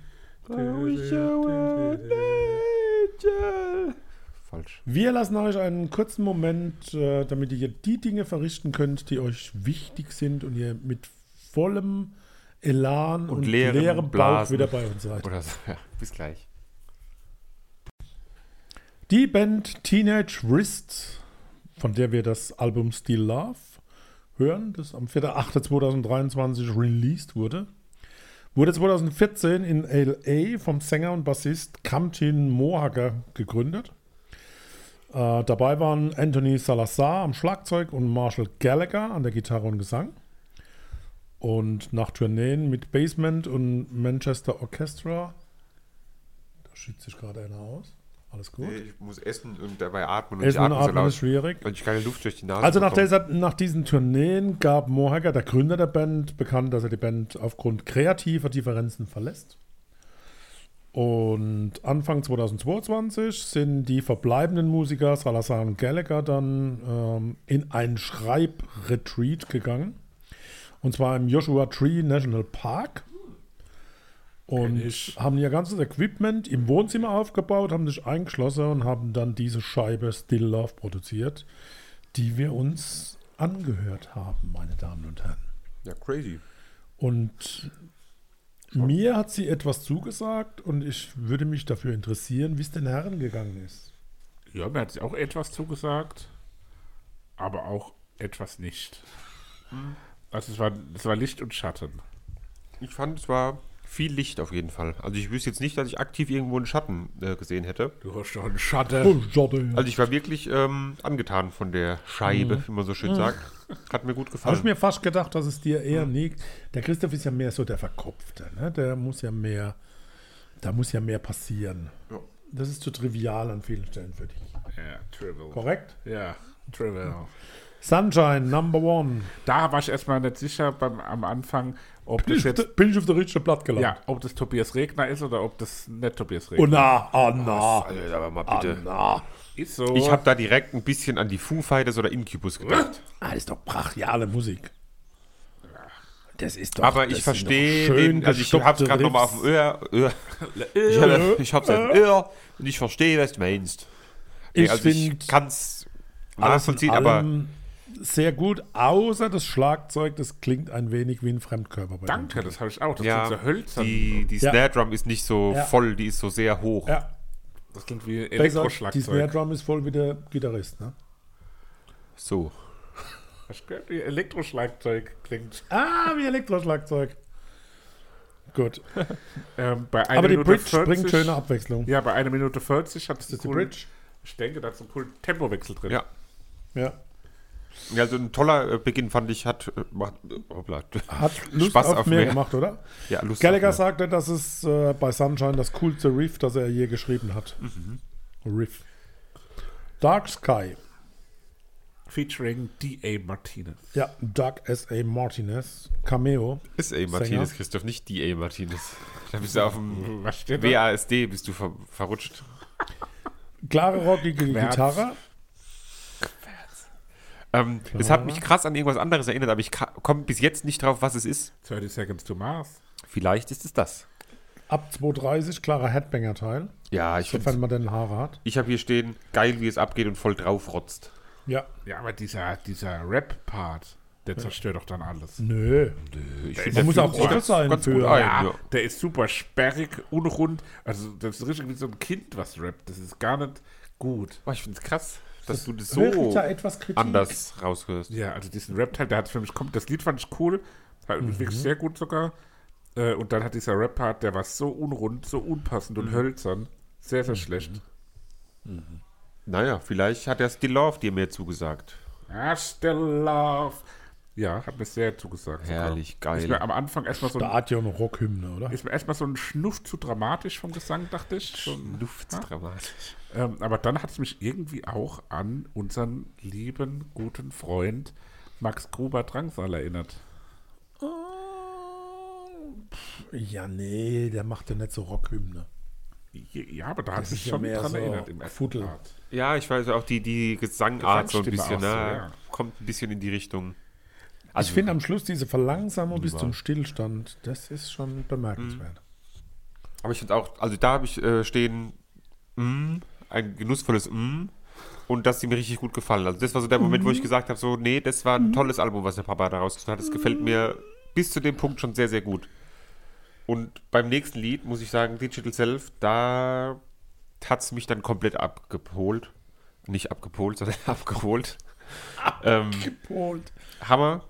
I wish I were an angel. Falsch. Wir lassen euch einen kurzen Moment, äh, damit ihr die Dinge verrichten könnt, die euch wichtig sind und ihr mit vollem Elan und, leeren leerem Bauch Blasen. wieder bei uns seid. Oder so. Ja, bis gleich. Die Band Teenage Wrist, von der wir das Album Still Love hören, das am 4.8.2023 released wurde, wurde 2014 in LA vom Sänger und Bassist Kamtin Mohacker gegründet. Äh, dabei waren Anthony Salazar am Schlagzeug und Marshall Gallagher an der Gitarre und Gesang. Und nach Tourneen mit Basement und Manchester Orchestra, da schiebt sich gerade einer aus. Alles gut. Ich muss essen und dabei atmen und Essen und so Atmen laut. ist schwierig. Und ich keine Luft durch die Nase Also nach, bekomme. dieser, nach diesen Tourneen gab Mohacker, der Gründer der Band, bekannt, dass er die Band aufgrund kreativer Differenzen verlässt. Und Anfang 2022 sind die verbleibenden Musiker Salazar und Gallagher dann ähm, in einen Schreibretreat gegangen. Und zwar im Joshua Tree National Park. Und haben ihr ganzes Equipment im Wohnzimmer aufgebaut, haben sich eingeschlossen und haben dann diese Scheibe Still Love produziert die wir uns angehört haben, meine Damen und Herren. Ja, crazy. Und mir hat sie etwas zugesagt und ich würde mich dafür interessieren, wie es den Herren gegangen ist. Ja, mir hat sie auch etwas zugesagt, aber auch etwas nicht. Also es war, es war Licht und Schatten. Ich fand, es war viel Licht auf jeden Fall. Also ich wüsste jetzt nicht, dass ich aktiv irgendwo einen Schatten äh, gesehen hätte. Du hast doch einen Schatten. Oh, schade. Also ich war wirklich ähm, angetan von der Scheibe, Mhm. wie man so schön sagt. Hat mir gut Habe gefallen. ich mir fast gedacht, dass es dir eher liegt. Der Christoph ist ja mehr so der Verkopfte. Ne? Der muss ja mehr, da muss ja mehr passieren. Ja. Das ist zu trivial an vielen Stellen für dich. Ja, Trivial. Korrekt? Ja, Trivial. Sunshine, Number One. Da war ich erstmal nicht sicher beim, am Anfang, ob Bin das ich, jetzt bin ich auf der richtigen Platte gelandet? ja, ob das Tobias Regner ist oder ob das nicht Tobias Oh Regner na, ah na, Alter, aber mal ah bitte. na. ist. So. Ich habe da direkt ein bisschen an die Foo Fighters oder Incubus gedacht. Ah, das ist doch brachiale Musik. Das ist doch. Aber das sind ich verstehe doch schön den, also ich gestoppte hab's gerade nochmal auf Riffs. dem Öhr, Öhr. <laughs> Ich, hab, ich hab's auf dem Öhr und ich verstehe, was du meinst. Nee, Ich also finde ich kann's alles in nachvollziehen, aber allem sehr gut, außer das Schlagzeug, das klingt ein wenig wie ein Fremdkörper. Bei Danke, das habe ich auch. Das ja, klingt so hölzern. die, die Ja. Snare Drum ist nicht so Ja. voll, die ist so sehr hoch. dem. Ja, das klingt wie besser. Die Snare Elektroschlagzeug. Drum ist voll wie der Gitarrist. Ne? So. Hast du gehört, wie Elektroschlagzeug klingt. Ah, wie Elektroschlagzeug. Gut. Ähm, bei einer Aber die Minute Bridge 40 bringt schöne Abwechslung. Ja, bei einer Minute 40 hat es Das ist die coolen- Bridge. Ich denke, da ist ein cooler Tempowechsel drin. Ja. Ja. Ja, also ein toller äh, Beginn fand ich, hat, äh, macht, äh, hoppla. Hat Lust Spaß auf, auf mehr mehr. gemacht, oder? ja, ne? Lust Gallagher auf mehr. sagte, das ist äh, bei Sunshine das coolste Riff, das er je geschrieben hat. Mhm. Riff. Dark Sky. Featuring D.A. Martinez. Ja, Doug S.A. Martinez. Cameo. ist A. Martinez, Sänger. Christoph, nicht die A. Martinez. Da bist du auf dem Was steht da? WASD, bist du ver verrutscht. Klare rockige Querz. Gitarre. Ähm, es hat mich krass an irgendwas anderes erinnert, aber ich komme bis jetzt nicht drauf, was es ist. 30 Seconds to Mars. Vielleicht ist es das. Ab 2.30 klarer Headbanger-Teil. Ja, ich Sofern man denn Haare hat. Ich habe hier stehen, geil, wie es abgeht und voll draufrotzt. Ja. Ja, aber dieser, dieser Rap-Part, der zerstört doch dann alles. Nö. Ich Man muss auch fühlt sich offen das sein ganz gut für. an. Ja, ja. der ist super sperrig, unrund. Also, das ist richtig wie so ein Kind, was rappt. Das ist gar nicht gut. Boah, ich finde es krass, dass du das Wirklich so da etwas Kritik. anders raushörst. Ja, also diesen Rap-Teil, der hat für mich kommt. Das Lied fand ich cool, war Mhm. wirklich sehr gut sogar. Äh, und dann hat dieser Rap-Part, der war so unrund, so unpassend Mhm. und hölzern. Sehr, sehr schlecht. Naja, vielleicht hat der Still Love dir mehr zugesagt. I Ah, still love. Ja, hat mir sehr zugesagt. sogar. Herrlich, geil. Ist mir am Anfang erstmal so ein, Da hat ja auch noch Rockhymne, oder? ist mir erstmal so ein Schnuff zu dramatisch vom Gesang, dachte ich. So ein, Luftdramatisch. ähm, aber dann hat es mich irgendwie auch an unseren lieben, guten Freund Max Gruber Drangsal erinnert. Ja, nee, der macht ja nicht so Rockhymne. Ja, aber da hat Das sich ist ja schon mehr dran so erinnert im ersten Fuddel. Part. Ja, ich weiß auch, die, die Gesangart so ein Gesangsstimme bisschen, auch so, na, ja. kommt ein bisschen in die Richtung. Also ich finde am Schluss diese Verlangsamung bis zum Stillstand, das ist schon Mhm. bemerkenswert. Aber ich finde auch, also da habe ich äh, stehen, mm, ein genussvolles mm, und das hat mir richtig gut gefallen. Also das war so der Moment, wo ich gesagt habe, so, nee, das war ein tolles Album, was der Papa da rausgesucht hat. Das gefällt mir bis zu dem Punkt schon sehr, sehr gut. Und beim nächsten Lied muss ich sagen, Digital Self, da hat es mich dann komplett abgeholt. Nicht abgeholt, <laughs> sondern abgeholt. ähm, Polt. Hammer.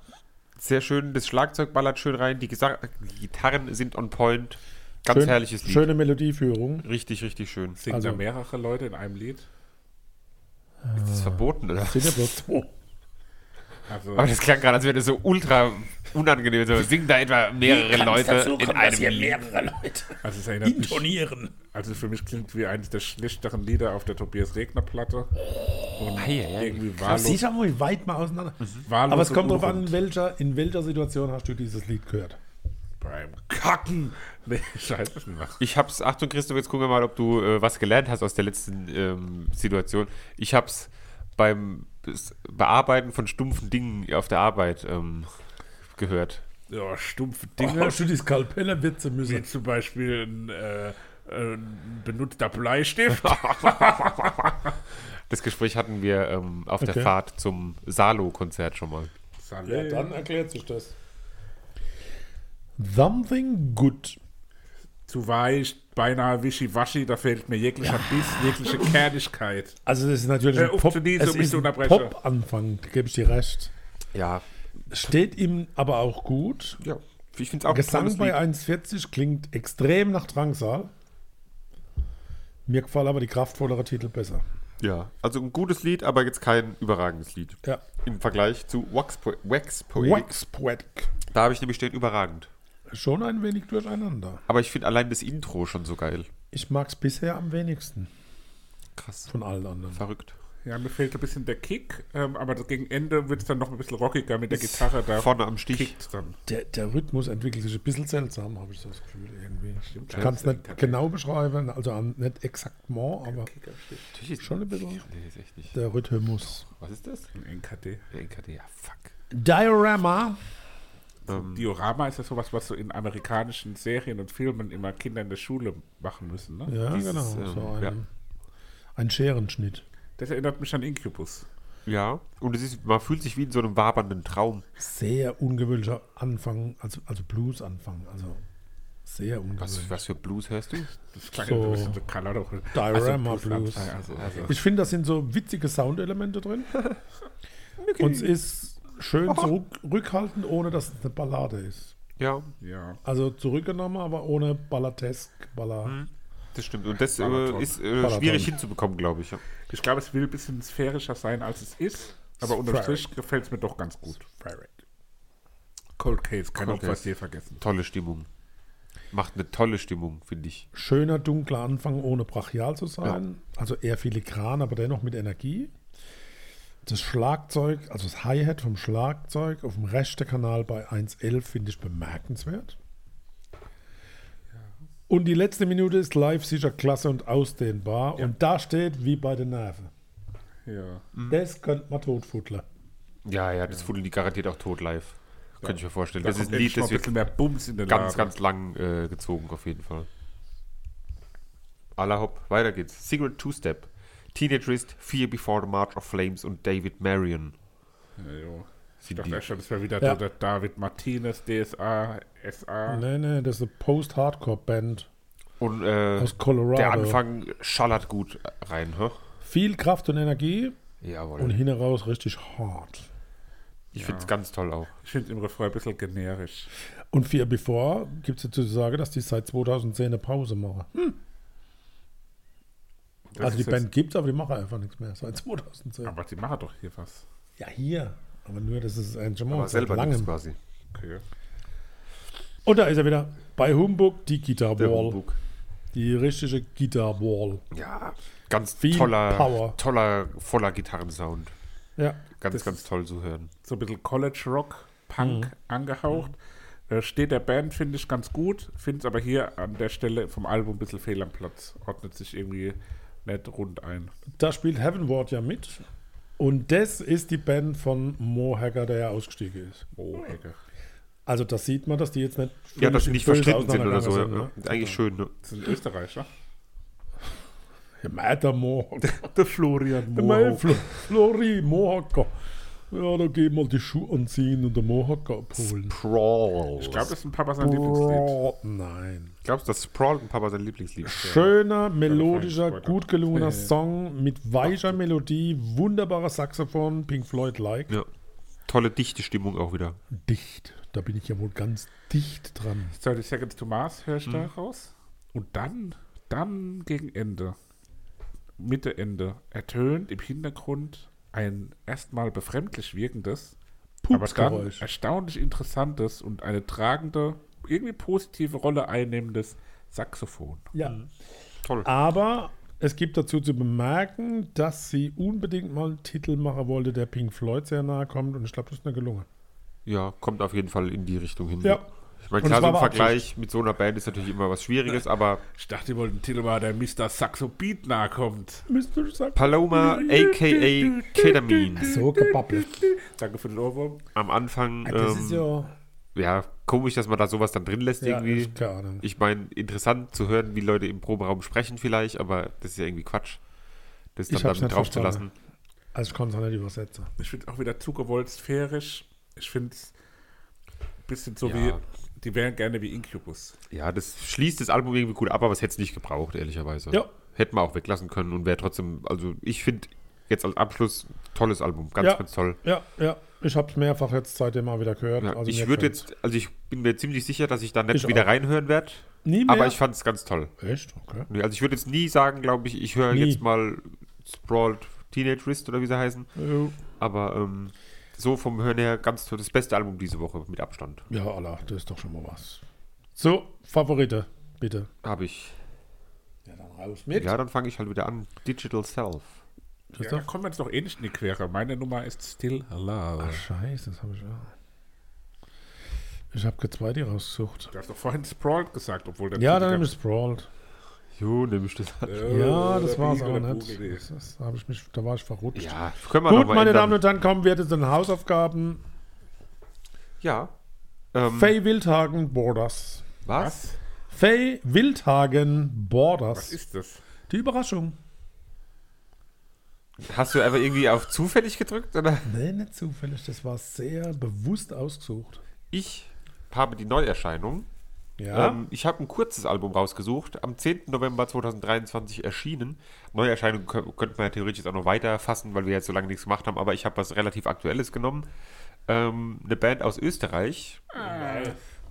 Sehr schön, das Schlagzeug ballert schön rein, die Gesa Gitarren sind on point. Ganz Schön- herrliches Lied. Schöne Melodieführung. Richtig, richtig schön. Singen Also- da mehrere Leute in einem Lied? Ist das verboten, oder? Sind ja bloß zwei. Also, Aber das klang gerade, als wäre das so ultra unangenehm. So, singen da etwa mehrere Leute in einem hier Lied. mehrere Leute Also, es erinnert mich, intonieren. Ah, also für mich klingt wie eines der schlechteren Lieder auf der Tobias Regner Platte. Und Eieiei. irgendwie Das wahllos. sieht ja mal, wie weit man auseinander. wahllos Aber es und kommt darauf an, unrund. in welcher, in welcher Situation hast du dieses Lied gehört. Beim Kacken. <laughs> Nee, scheiße. mach. Ich hab's, Achtung Christoph, jetzt gucken wir mal, ob du äh, was gelernt hast aus der letzten ähm, Situation. Ich hab's beim s- Bearbeiten von stumpfen Dingen auf der Arbeit ähm, gehört. Ja, stumpfe Dinge. Dinge. hast du die Skalpelle-Witze Wie müssen? zum Beispiel ein, äh, ein benutzter <laughs> Bleistift. <laughs> Das Gespräch hatten wir ähm, auf Okay. der Fahrt zum Salo-Konzert schon mal. Salé. erklärt sich das. Something good. Zu weich, beinahe wischiwaschi, da fehlt mir jeglicher Biss, jegliche Kernigkeit. Also das ist natürlich Hör ein auf Pop, zu niesen, es um mich ist zu ein unterbrechen. Pop-Anfang, da gebe ich dir recht. Ja, Steht ihm aber auch gut. ja. Ich find's auch ein Gesang tolles bei Lied. 1,40 klingt extrem nach Drangsal. Mir gefallen aber die kraftvollere Titel besser. Ja, also ein gutes Lied, aber jetzt kein überragendes Lied. Ja. Im Vergleich zu Wax, po Wax Poetic. Wax Poetic. Da habe ich nämlich stehen überragend. Schon ein wenig durcheinander. Aber ich finde allein das Intro schon so geil. Ich mag es bisher am wenigsten Krass. von allen anderen. Verrückt. Ja, mir fehlt ein bisschen der Kick, ähm, aber das gegen Ende wird es dann noch ein bisschen rockiger mit der Gitarre da. Vorne am Stich. kickt dann. Der, der Rhythmus entwickelt sich ein bisschen seltsam, habe ich so das Gefühl irgendwie. Ich kann es nicht genau beschreiben, also an- nicht exakt, aber Natürlich ist- Schon ein bisschen. Nee, ist echt nicht. der Rhythmus. Was ist das? Ein NKD. Der NKD, ja, fuck. Diorama. Ähm, Diorama ist ja sowas, was so in amerikanischen Serien und Filmen immer Kinder in der Schule machen müssen. Ne? Ja, Dieses, genau. ähm, so ein, ja. ein Scherenschnitt. Das erinnert mich an Incubus. Ja, und es ist, man fühlt sich wie in so einem wabernden Traum. Sehr ungewöhnlicher Anfang, also, also Blues-Anfang. Also sehr ungewöhnlich. Was, was für Blues hörst du? Das klang So. so. ein bisschen so Colorado. Diorama Blues. Anfang, Also, also. Ich finde, da sind so witzige Soundelemente drin. Und es ist schön zurückhaltend, ohne dass es eine Ballade ist. Ja, Ja. Also zurückgenommen, aber ohne Ballatesk, Baller. Mhm. das stimmt. Und das äh, Marathon. ist äh, Marathon. schwierig hinzubekommen, glaube ich. Ja. Ich glaube, es will ein bisschen sphärischer sein, als es ist. Aber unterm Strich gefällt es mir doch ganz gut. Cold Case, kein Cold Opfer Case. dir vergessen. Tolle Stimmung. Macht eine tolle Stimmung, finde ich. Schöner, dunkler Anfang, ohne brachial zu sein. Also eher filigran, aber dennoch mit Energie. Das Schlagzeug, also das Hi-Hat vom Schlagzeug auf dem rechten Kanal bei 1.11 finde ich bemerkenswert. Und die letzte Minute ist live sicher klasse und ausdehnbar. Und da steht wie bei den Nerven. Ja. Das könnte man totfutteln. Ja, ja, das fudeln die garantiert auch tot live. Könnte ich mir vorstellen. Das Da ist kommt ein endlich Lied, mal das ein wird bisschen mehr Bums in den ganz, Laden. ganz lang äh, gezogen, auf jeden Fall. Aller hopp, weiter geht's. Secret Two-Step. Teenage Wrist, Fear Before the March of Flames und David Marion. Ja, jo. Ich Sind dachte die- schon, das wäre wieder Ja. so der David Martinez, DSA, SA. Nee, nee, das ist eine Post-Hardcore-Band Und äh, aus Colorado. der Anfang schallert gut rein, hä? Viel Kraft und Energie Jawohl. und hin raus richtig hart. ich find's ganz toll auch. Ich finde im Refrain ein bisschen generisch. Und für Before gibt es zu sagen, dass die seit 2010 eine Pause machen. Hm. Das also die ist jetzt- Band gibt es, aber die machen einfach nichts mehr seit 2010. Aber die machen doch hier was. ja, hier. Aber nur, das ist ein Aber Jamon seit selber nichts langem. quasi. Okay. Und da ist er wieder. Bei Humbug die Guitar Der Wall. Humbug. Die richtige Guitar Wall. Ja, ganz Viel toller, Power. toller, voller Gitarrensound. Ja. Ganz, Das- ganz toll zu hören. So ein bisschen College Rock, Punk angehaucht. Äh, Steht der Band, finde ich, ganz gut. Finde es aber hier an der Stelle vom Album ein bisschen fehl am Platz. Ordnet sich irgendwie nicht rund ein. Da spielt Heavenward ja mit. Und das ist die Band von Mo Hacker, der ja ausgestiegen ist. Oh, Ecke. Also das sieht man, dass die jetzt nicht Ja, dass sie nicht böse verstritten sind oder so. Ja. auseinandergegangen Ist Eigentlich schön, ne? Das ist ein Österreicher. sind, ne? Ja, Alter, <laughs> Mo. Der Florian Der Mann, Flo, Flori, Mohacker. Ja, da geh mal die Schuhe anziehen und den Mohacker abholen. Sprawl. Ich glaube, das ist ein Papa sein Lieblingslied. Bro, Nein. Glaubst du, dass Sprawl ein Papa sein Lieblingslied ist? Schöner, melodischer, Freund, gut gelungener Freund. Song mit weicher Melodie, wunderbarer Saxophon, Pink Floyd-like. Ja. Tolle, dichte Stimmung auch wieder. Dicht. Da bin ich ja wohl ganz dicht dran. 30 Seconds to Mars höre ich da raus. Und dann, dann gegen Ende, Mitte, Ende, ertönt im Hintergrund ein erstmal befremdlich wirkendes aber dann Pupsgeräusch. erstaunlich interessantes und eine tragende, irgendwie positive Rolle einnehmendes Saxophon. Ja. Mhm. Toll. Ah. Aber es gibt dazu zu bemerken, dass sie unbedingt mal einen Titel machen wollte, der Pink Floyd sehr nahe kommt. Und ich glaube, das ist mir gelungen. Ja, kommt auf jeden Fall in die Richtung hin. Ja. Ich meine, Und es klar, so war im aber Vergleich mit so einer Band ist natürlich immer was Schwieriges, aber Ich dachte, die wollten Titel machen, der Mr. Saxo Beat nahe kommt. Mr. Sack. Paloma aka Ketamin So gebabbelt. Danke für den Ohrwurm. am Anfang, Ah, Das ist ähm, ja. ja, komisch, dass man da sowas dann drin lässt ja irgendwie. ich- keine Ahnung. Ich meine, interessant zu hören, wie Leute im Proberaum sprechen vielleicht, aber das ist ja irgendwie Quatsch, das Ich dann hab's damit nicht drauf zu lassen. verstanden. Also, ich konnte es auch nicht übersetzen. Ich finde auch wieder zu gewollt sphärisch. Ich finde es ein bisschen so Ja. wie, die wären gerne wie Incubus. Ja, das schließt das Album irgendwie gut ab, aber es hätte es nicht gebraucht, ehrlicherweise. Ja. Hätten wir auch weglassen können und wäre trotzdem, also ich finde jetzt als Abschluss tolles Album, ganz, Ja. ganz toll. Ja, ja. Ich habe es mehrfach jetzt seitdem mal wieder gehört. Ja, also ich mir würde gefällt's. jetzt, also ich bin mir ziemlich sicher, dass ich da nicht Ich wieder auch. reinhören werde, Nie mehr. aber ich fand es ganz toll. Echt? Okay. Nee, Also ich würde jetzt nie sagen, glaube ich, ich höre Nie. jetzt mal Sprawled Teenage Wrist oder wie sie heißen, aber ähm, so vom Hören her ganz toll, das beste Album diese Woche mit Abstand Ja, Allah, das ist doch schon mal was. So, Favorite, bitte. habe ich. Ja, dann raus mit. Ja, dann fange ich halt wieder an. Digital Self. Ja, da kommen wir jetzt doch eh nicht in die Quere. Meine Nummer ist Still Alive. Scheiße, das habe ich auch. Ich habe zwei die rausgesucht. Du hast doch vorhin Sprawled gesagt, obwohl der Ja, Oh, Titel dann gar- nehme ich Sprawled. Jo, nehme ich das an. Äh, ja, das der war's Beagle, aber der nicht. Bugel, Das, das hab ich mich, da war ich verrutscht. Ja, können wir Gut, noch mal meine ändern. Damen und Herren, kommen wir zu den Hausaufgaben. Ja. Ähm, Faye Wildhagen Borders. was? Was? Faye Wildhagen Was Borders. ist das? die Überraschung. Hast du einfach irgendwie auf zufällig gedrückt? Oder? Nee, nicht zufällig. Das war sehr bewusst ausgesucht. Ich habe die Neuerscheinung. Ja. Ähm, ich habe ein kurzes Album rausgesucht, am 10. November 2023 erschienen. Neuerscheinung kö- könnte man ja theoretisch jetzt auch noch weiter fassen, weil wir jetzt so lange nichts gemacht haben, aber ich habe was relativ Aktuelles genommen. Ähm, eine Band aus Österreich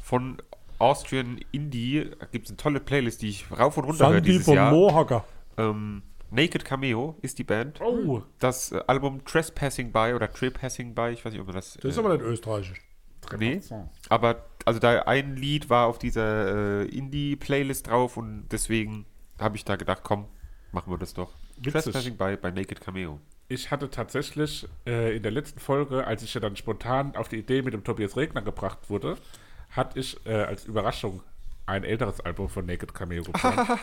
von Austrian Indie. Gibt es eine tolle Playlist, die ich rauf und runter höre Sandy dieses von Jahr. Mohacker. Ähm, Naked Cameo ist die Band. Oh, das äh, Album Trespassing By oder Trespassing By, ich weiß nicht, ob man das. Das ist äh, aber nicht österreichisch. nee. Aber also da ein Lied war auf dieser äh, Indie-Playlist drauf und deswegen habe ich da gedacht, komm, machen wir das doch. Witzig. Trespassing By bei Naked Cameo. Ich hatte tatsächlich äh, in der letzten Folge, als ich ja dann spontan auf die Idee mit dem Tobias Regner gebracht wurde, hatte ich äh, als Überraschung ein älteres Album von Naked Cameo geplant. <laughs>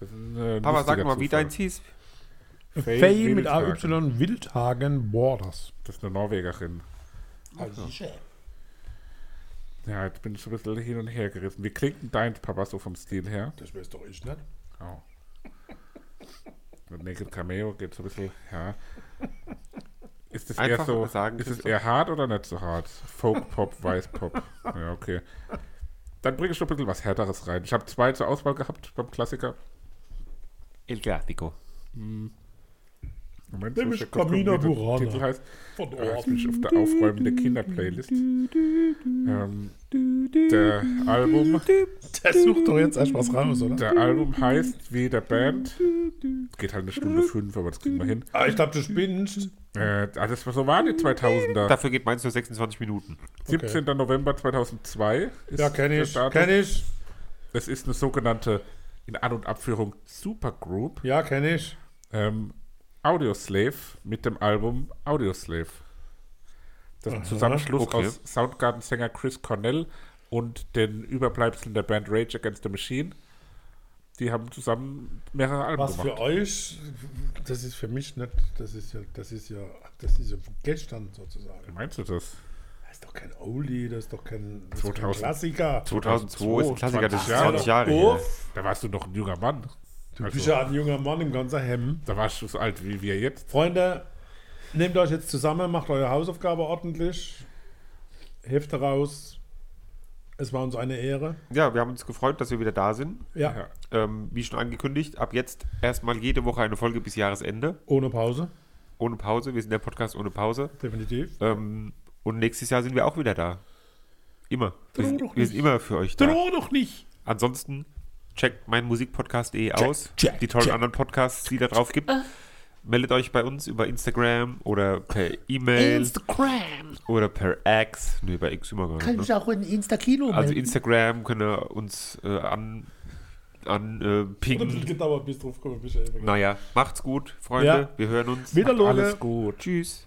Das ist ein, äh, Aber lustiger sag mal, wie Zufall. deins hieß? Faye Faye mit Wildhagen. AY Wildhagen Borders. Das ist eine Norwegerin. Ah, Ja, jetzt bin ich so ein bisschen hin und her gerissen. Wie klingt denn deins, Papa, so vom Stil her? Das weiß doch ich nicht. Oh. Mit Naked Cameo geht so ein bisschen, ja. Ist das eher Einfach so, sagen, ist es Christoph. eher hart oder nicht so hart? Folk Pop, Weiß Pop. Ja, okay. Dann bringe ich noch ein bisschen was Härteres rein. Ich habe zwei zur Auswahl gehabt beim Klassiker. El Clasico. Moment, Nämlich ich kurz Camina gucken, wie der Burana. Titel heißt. Von Ah, jetzt bin ich auf der aufräumenden Kinderplaylist. Ähm, der Album, Der sucht doch jetzt erst was raus, oder? der Album heißt wie der Band. Geht halt eine Stunde fünf, aber das kriegen wir hin. Ah, ich glaube, du spinnst. Äh, ah, das war so waren die 2000er. Dafür geht meins nur 26 Minuten. 17. November 2002 ist Ja, kenne ich. der Datum. Kenne ich. Es ist eine sogenannte, in An- und Abführung, Supergroup. Ja, kenne ich. Ähm, Audioslave mit dem Album Audioslave. Das ist ein Aha, Zusammenschluss okay. aus Soundgarden-Sänger Chris Cornell und den Überbleibseln der Band Rage Against the Machine. Die haben zusammen mehrere Alben Was gemacht. für euch, das ist für mich nicht, das ist ja, das ist ja, das ist ja von gestern Wie sozusagen. meinst du das? Das ist doch kein Oldie, das ist doch kein, das ist kein 2000. Klassiker. 2002 ist ein Klassiker, das ist 20 Jahre. 20 Jahre Oh. her. Uff, Da warst du noch ein junger Mann. du Also, bist ja ein junger Mann im ganzen Hemd. Da warst du so alt wie wir jetzt. Freunde, nehmt euch jetzt zusammen, macht eure Hausaufgabe ordentlich, Hefte raus. Es war uns eine Ehre. Ja, wir haben uns gefreut, dass wir wieder da sind. Ja, Ja. Ähm, wie schon angekündigt, ab jetzt erstmal jede Woche eine Folge bis Jahresende. ohne Pause, Ohne Pause. Wir sind der Podcast ohne Pause. definitiv. Ähm, und nächstes Jahr sind wir auch wieder da. Immer. Wir Droh doch sind, wir nicht. sind immer für euch da. Droh doch nicht! Ansonsten checkt meinmusikpodcast.de aus. check, die tollen check. Äh. anderen Podcasts, die da drauf gibt. Meldet euch bei uns über Instagram oder per E-Mail Instagram. oder per X. Nee, bei X immer gar Kann nicht. mich Ne? auch in Insta-Kino Also melden. Instagram könnt ihr uns äh, an, an äh, pingen. gedauert, bis drauf kommen. Bis ich Naja, macht's gut, Freunde. Ja. Wir hören uns. Wieder Alles Leute. gut. Tschüss.